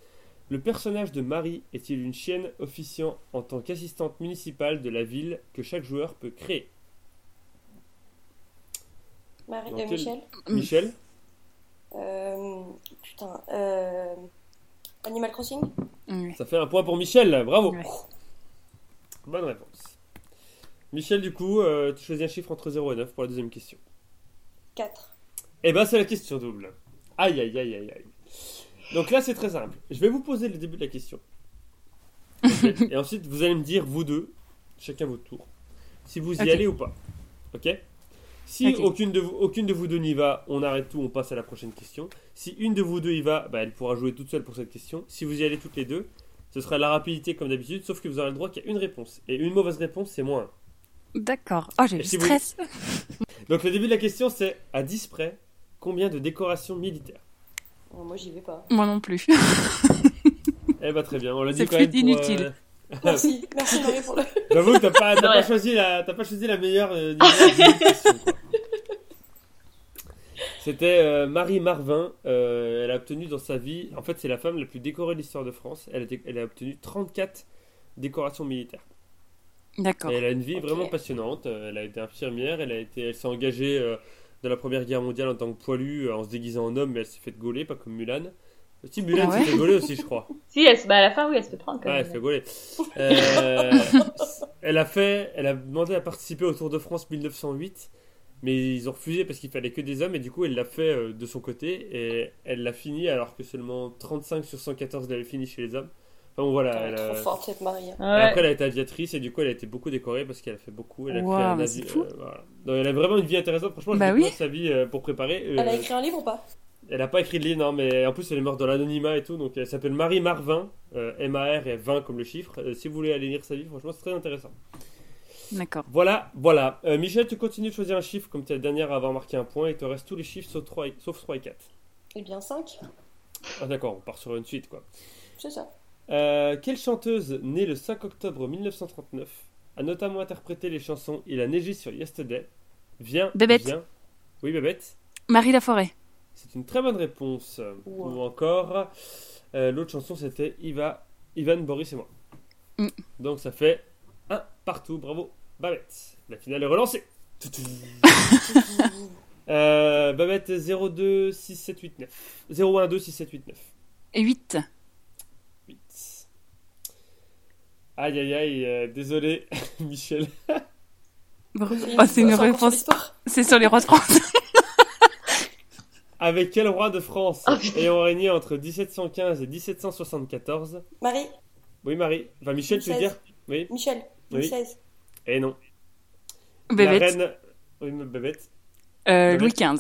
Speaker 1: le personnage de Marie est-il une chienne officiant en tant qu'assistante municipale de la ville que chaque joueur peut créer
Speaker 4: Marie,
Speaker 1: Dans
Speaker 4: euh,
Speaker 1: quel-
Speaker 4: Michel.
Speaker 1: Michel
Speaker 4: Euh, putain. Euh, Animal Crossing
Speaker 2: Ouais.
Speaker 1: Ça fait un point pour Michel, bravo
Speaker 2: Ouais.
Speaker 1: Bonne réponse. Michel, du coup, euh, tu choisis un chiffre entre 0 et 9 pour la deuxième question.
Speaker 4: 4.
Speaker 1: Eh ben, c'est la question double. Aïe, aïe, aïe, aïe, aïe. Donc là, c'est très simple. Je vais vous poser le début de la question. Ok Et ensuite, vous allez me dire, vous deux, chacun votre tour, si vous y
Speaker 2: Ok.
Speaker 1: allez ou pas. Ok Si
Speaker 2: Ok.
Speaker 1: Aucune, de vous, aucune de vous deux n'y va, on arrête tout, on passe à la prochaine question. Si une de vous deux y va, bah, elle pourra jouer toute seule pour cette question. Si vous y allez toutes les deux, ce sera la rapidité comme d'habitude, sauf que vous aurez le droit qu'il y a une réponse. Et une mauvaise réponse, c'est moins un.
Speaker 2: D'accord. Oh, j'ai
Speaker 1: Et
Speaker 2: le
Speaker 1: si vous-
Speaker 2: stress.
Speaker 1: Donc le début de la question, c'est à 10 près, combien de décorations militaires
Speaker 4: Bon, moi, j'y vais pas.
Speaker 2: Moi non plus.
Speaker 1: Eh bah très bien, on l'a
Speaker 2: C'est
Speaker 1: dit quand
Speaker 2: plus
Speaker 1: même. pour,
Speaker 2: inutile.
Speaker 1: euh,
Speaker 4: Merci, merci Marie pour le.
Speaker 1: J'avoue que t'as pas, t'as
Speaker 3: Ouais.
Speaker 1: pas choisi la, t'as pas choisi la meilleure. euh, des meilleures questions, quoi. C'était euh, Marie Marvin. euh, elle a obtenu dans sa vie, en fait, c'est la femme la plus décorée de l'histoire de France. Elle a, dé- elle a obtenu 34 décorations militaires.
Speaker 2: D'accord.
Speaker 1: Et elle a une vie
Speaker 4: Ok.
Speaker 1: vraiment passionnante. Euh, Elle a été infirmière. Elle a été, elle s'est engagée euh, dans la Première Guerre mondiale en tant que poilue, euh, en se déguisant en homme, mais elle s'est fait gauler, pas comme Mulan. Euh, Si Mulan
Speaker 2: Ah ouais
Speaker 1: s'est fait gauler aussi, je crois.
Speaker 3: Si, elle se... bah, à la fin, oui, elle se fait prendre. Quand
Speaker 1: Ouais, elle
Speaker 3: même.
Speaker 1: se fait gauler. Euh, elle a fait, elle a demandé à participer au Tour de France 1908, mais ils ont refusé parce qu'il fallait que des hommes et du coup elle l'a fait euh, de son côté et elle l'a fini alors que seulement 35 sur 114 l'avaient fini chez les hommes. Enfin bon, voilà.
Speaker 4: Elle
Speaker 1: Ah, elle euh,
Speaker 4: est
Speaker 1: a-
Speaker 4: trop forte cette Marie. hein.
Speaker 1: et
Speaker 3: Ouais.
Speaker 1: après elle a été aviatrice et du coup elle a été beaucoup décorée parce qu'elle a fait beaucoup. Elle a
Speaker 2: Wow,
Speaker 1: créé un
Speaker 2: mais
Speaker 1: avi-
Speaker 2: c'est fou.
Speaker 1: euh, voilà. Donc, elle a vraiment une vie intéressante. Franchement, je
Speaker 2: Bah
Speaker 1: découvre
Speaker 2: oui.
Speaker 1: sa vie euh, pour préparer. Euh,
Speaker 4: Elle a écrit un livre ou pas
Speaker 1: elle a pas écrit de livre, non, mais en plus elle est morte dans l'anonymat et tout, donc elle s'appelle Marie Marvin, euh, M-A-R et 20 comme le chiffre. Euh, si vous voulez aller lire sa vie, franchement c'est très intéressant.
Speaker 2: D'accord.
Speaker 1: Voilà, voilà. Euh, Michel, tu continues de choisir un chiffre comme tu es la dernière à avoir marqué un point, et il te reste tous les chiffres sauf 3 et, sauf 3 et 4.
Speaker 4: Eh bien, 5.
Speaker 1: Ah d'accord, on part sur une suite quoi.
Speaker 4: C'est ça.
Speaker 1: Euh, quelle chanteuse née le 5 octobre 1939 a notamment interprété les chansons Il a neigé sur Yesterday, Viens,
Speaker 2: Bébête.
Speaker 1: viens. Oui, Bébête.
Speaker 2: Marie Laforêt.
Speaker 1: C'est une très bonne réponse.
Speaker 4: Wow.
Speaker 1: Ou encore, euh, l'autre chanson c'était Iva, Ivan, Boris et moi.
Speaker 2: Mm.
Speaker 1: Donc ça fait un partout. Bravo, Babette. La finale est relancée. Toutou. Euh, Babette 02 6789. 012 6789.
Speaker 2: Et 8.
Speaker 1: 8. Aïe aïe aïe, euh, désolé Michel.
Speaker 2: Oh, c'est une
Speaker 4: encore sur
Speaker 2: réponse.
Speaker 4: l'histoire.
Speaker 2: C'est sur les rois de France.
Speaker 1: Avec quel roi de France
Speaker 3: Oh, putain.
Speaker 1: ayant régné entre 1715 et 1774
Speaker 4: Marie,
Speaker 1: Oui Marie, enfin Michel tu veux
Speaker 4: Michel.
Speaker 1: dire Oui,
Speaker 4: Michel,
Speaker 1: Oui.
Speaker 4: 16.
Speaker 1: et non. La
Speaker 2: Bébête.
Speaker 1: reine... Oui, mais Bébête.
Speaker 2: Euh,
Speaker 1: Bébête.
Speaker 2: Louis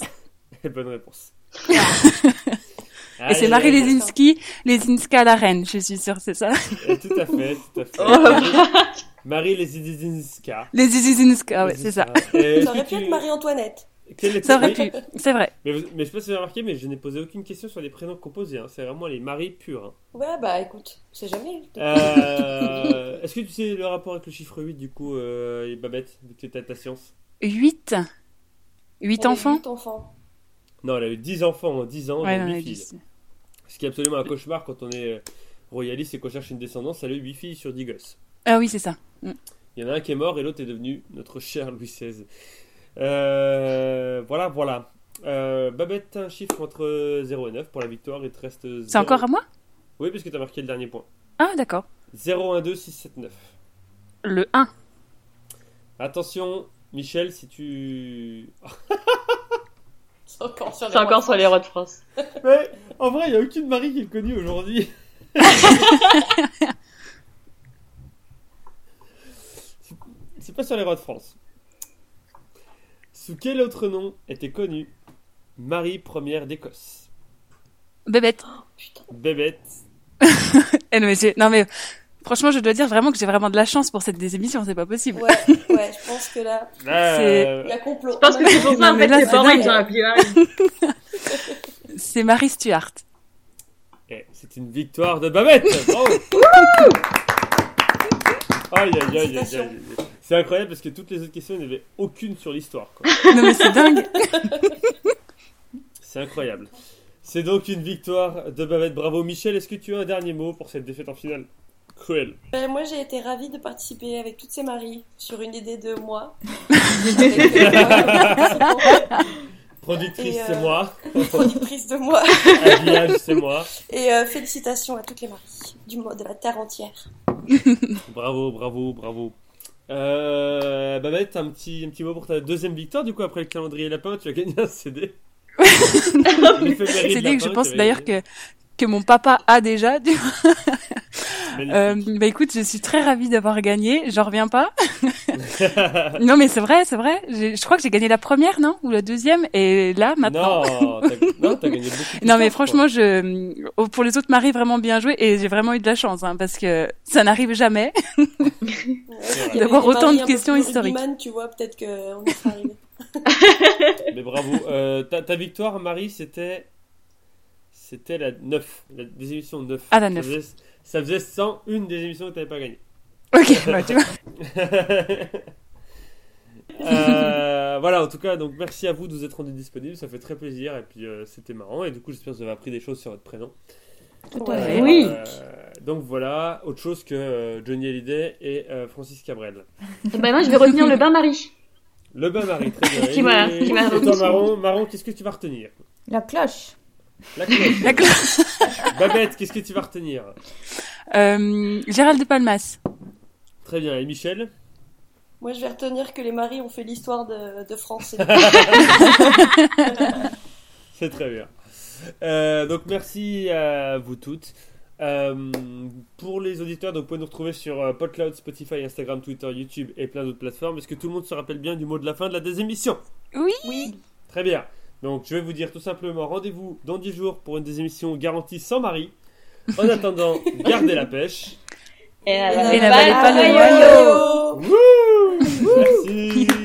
Speaker 2: XV.
Speaker 1: Bonne réponse.
Speaker 2: Et c'est Marie Lesinski. Lesinska à la reine, je suis sûre, c'est ça
Speaker 1: Eh, Tout à fait, tout à fait.
Speaker 2: Oh.
Speaker 1: Marie Lesinska.
Speaker 2: Lesinska, Ah ouais, c'est ça.
Speaker 1: Et
Speaker 4: Ça aurait pu
Speaker 1: tu-
Speaker 4: être Marie-Antoinette.
Speaker 1: quel est-
Speaker 2: Ça aurait
Speaker 1: oui,
Speaker 2: pu. C'est vrai.
Speaker 1: Mais, vous- mais je sais pas si vous avez remarqué, mais je n'ai posé aucune question sur les prénoms composés. hein. C'est vraiment les maris purs. hein.
Speaker 4: Ouais, bah écoute, c'est jamais.
Speaker 1: Euh, Est-ce que tu sais le rapport avec le chiffre 8 du coup, euh, et Babette, vu que t'es à ta science
Speaker 2: 8. 8 enfants.
Speaker 4: 8 enfants.
Speaker 1: Non, elle a eu 10 enfants en 10 ans,
Speaker 2: Ouais,
Speaker 1: dont Oh,
Speaker 2: on
Speaker 1: huit
Speaker 2: a
Speaker 1: filles.
Speaker 2: dit.
Speaker 1: Ce qui est absolument un cauchemar quand on est euh, royaliste et qu'on cherche une descendance, elle a eu 8 filles sur 10 gosses.
Speaker 2: Ah oui, c'est ça.
Speaker 1: Il y en a un qui est mort et l'autre est devenu notre cher Louis XVI. Euh, voilà, voilà. Euh, Babette, un chiffre entre 0 et 9 pour la victoire. Il te reste.
Speaker 2: C'est
Speaker 1: zéro-
Speaker 2: encore à moi
Speaker 1: Oui, puisque tu as marqué le dernier point.
Speaker 2: Ah, d'accord.
Speaker 1: 0, 1, 2, 6, 7, 9.
Speaker 2: Le 1.
Speaker 1: Attention, Michel, si tu.
Speaker 4: C'est encore sur les
Speaker 3: C'est encore sur
Speaker 4: rois.
Speaker 3: les rois de France.
Speaker 1: Mais en vrai, il n'y a aucune Marie qui est connue aujourd'hui. C'est pas sur les rois de France. Sous quel autre nom était connue Marie première d'Écosse
Speaker 2: Bébête.
Speaker 1: Bébête.
Speaker 2: Eh non, mais j'ai- non, mais franchement, je dois dire vraiment que j'ai vraiment de la chance pour cette des émissions, c'est pas possible.
Speaker 4: Ouais, ouais, je pense que là,
Speaker 1: Euh,
Speaker 4: il y a complot.
Speaker 3: Je pense que c'est pour ça,
Speaker 2: Non,
Speaker 3: en
Speaker 2: mais
Speaker 3: fait,
Speaker 2: là,
Speaker 3: les
Speaker 2: c'est
Speaker 3: parents,
Speaker 2: dingue.
Speaker 3: ils ont appelé Marie.
Speaker 2: C'est Marie Stuart.
Speaker 1: eh, C'est une victoire de Babette. Bravo. Aïe, aïe, aïe, aïe, aïe, aïe. C'est incroyable parce que toutes les autres questions, il n'y avait aucune sur l'histoire. quoi.
Speaker 2: Non, mais c'est dingue.
Speaker 1: C'est incroyable. C'est donc une victoire de Babette. Bravo Michel. Est-ce que tu as un dernier mot pour cette défaite en finale Cruel.
Speaker 4: Ben, moi, j'ai été ravie de participer avec toutes ces maries sur une idée de moi. Avec, euh,
Speaker 1: Productrice,
Speaker 4: Et, euh,
Speaker 1: c'est moi.
Speaker 4: Productrice de moi.
Speaker 1: Habillage, c'est moi.
Speaker 4: Et euh, félicitations à toutes les maries du monde de la terre entière.
Speaker 1: Bravo, bravo, bravo. Euh, Babette, un petit, un petit mot pour ta deuxième victoire. Du coup, après le calendrier lapin, tu as gagné un CD.
Speaker 2: C'est
Speaker 1: CD
Speaker 2: dit que je pense d'ailleurs que que mon papa a déjà. Du... Euh, bah écoute, je suis très ravie d'avoir gagné. J'en reviens pas. non mais c'est vrai, c'est vrai. J'ai- Je crois que j'ai gagné la première, non, ou la deuxième, et là maintenant.
Speaker 1: Non, t'as non, t'as gagné beaucoup. de
Speaker 2: Non, mais
Speaker 1: victoires,
Speaker 2: franchement, je oh, pour les autres maris vraiment bien joué et j'ai vraiment eu de la chance hein, parce que ça n'arrive jamais.
Speaker 4: Il y avait
Speaker 2: D'avoir
Speaker 4: des
Speaker 2: autant
Speaker 4: maris
Speaker 2: de
Speaker 4: un peu
Speaker 2: questions
Speaker 4: plus
Speaker 2: historiques.
Speaker 4: rugbyman, Tu vois, peut-être qu'on y sera arrivé.
Speaker 1: quoi. Mais bravo. Euh, ta, ta victoire, Marie, c'était. C'était la 9. La des émissions 9.
Speaker 2: Ah, la
Speaker 1: Ça
Speaker 2: neuf.
Speaker 1: faisait, ça faisait 101 des émissions que t'avais pas gagné.
Speaker 2: Ok, bah, tu vois.
Speaker 1: Euh, voilà, en tout cas, donc merci à vous de vous être rendu disponible, ça fait très plaisir et puis euh, c'était marrant et du coup j'espère que vous avez appris des choses sur votre prénom.
Speaker 5: à
Speaker 4: Ouais.
Speaker 5: fait.
Speaker 3: Oui.
Speaker 1: Euh, donc voilà, autre chose que euh, Johnny Hallyday et euh, Francis Cabrel.
Speaker 3: Et ben moi, je vais retenir le bain Marie.
Speaker 1: Le bain Marie, très bien.
Speaker 3: Ce qui m'a- ce qui m'a
Speaker 1: Et
Speaker 3: rendu
Speaker 1: toi,
Speaker 3: disponible.
Speaker 1: Marron, Marron, qu'est-ce que tu vas retenir
Speaker 5: La cloche.
Speaker 1: La cloche.
Speaker 2: La cloche.
Speaker 1: Babette, qu'est-ce que tu vas retenir
Speaker 2: Euh, Gérald de Palmas.
Speaker 1: Très bien. Et Michel
Speaker 4: Moi, je vais retenir que les maris ont fait l'histoire de, de France.
Speaker 1: C'est très bien. Euh, donc merci à vous toutes. Euh, pour les auditeurs, donc, vous pouvez nous retrouver sur euh, PodCloud, Spotify, Instagram, Twitter, YouTube et plein d'autres plateformes. Est-ce que tout le monde se rappelle bien du mot de la fin de la des émissions
Speaker 4: oui.
Speaker 1: Très bien. Donc je vais vous dire tout simplement rendez-vous dans 10 jours pour une des émissions garantie sans mari. En attendant, gardez la pêche.
Speaker 3: Et euh,
Speaker 4: Et
Speaker 3: la
Speaker 2: n'avalez pas le
Speaker 3: royaume.
Speaker 2: royaume.
Speaker 1: Wouh Merci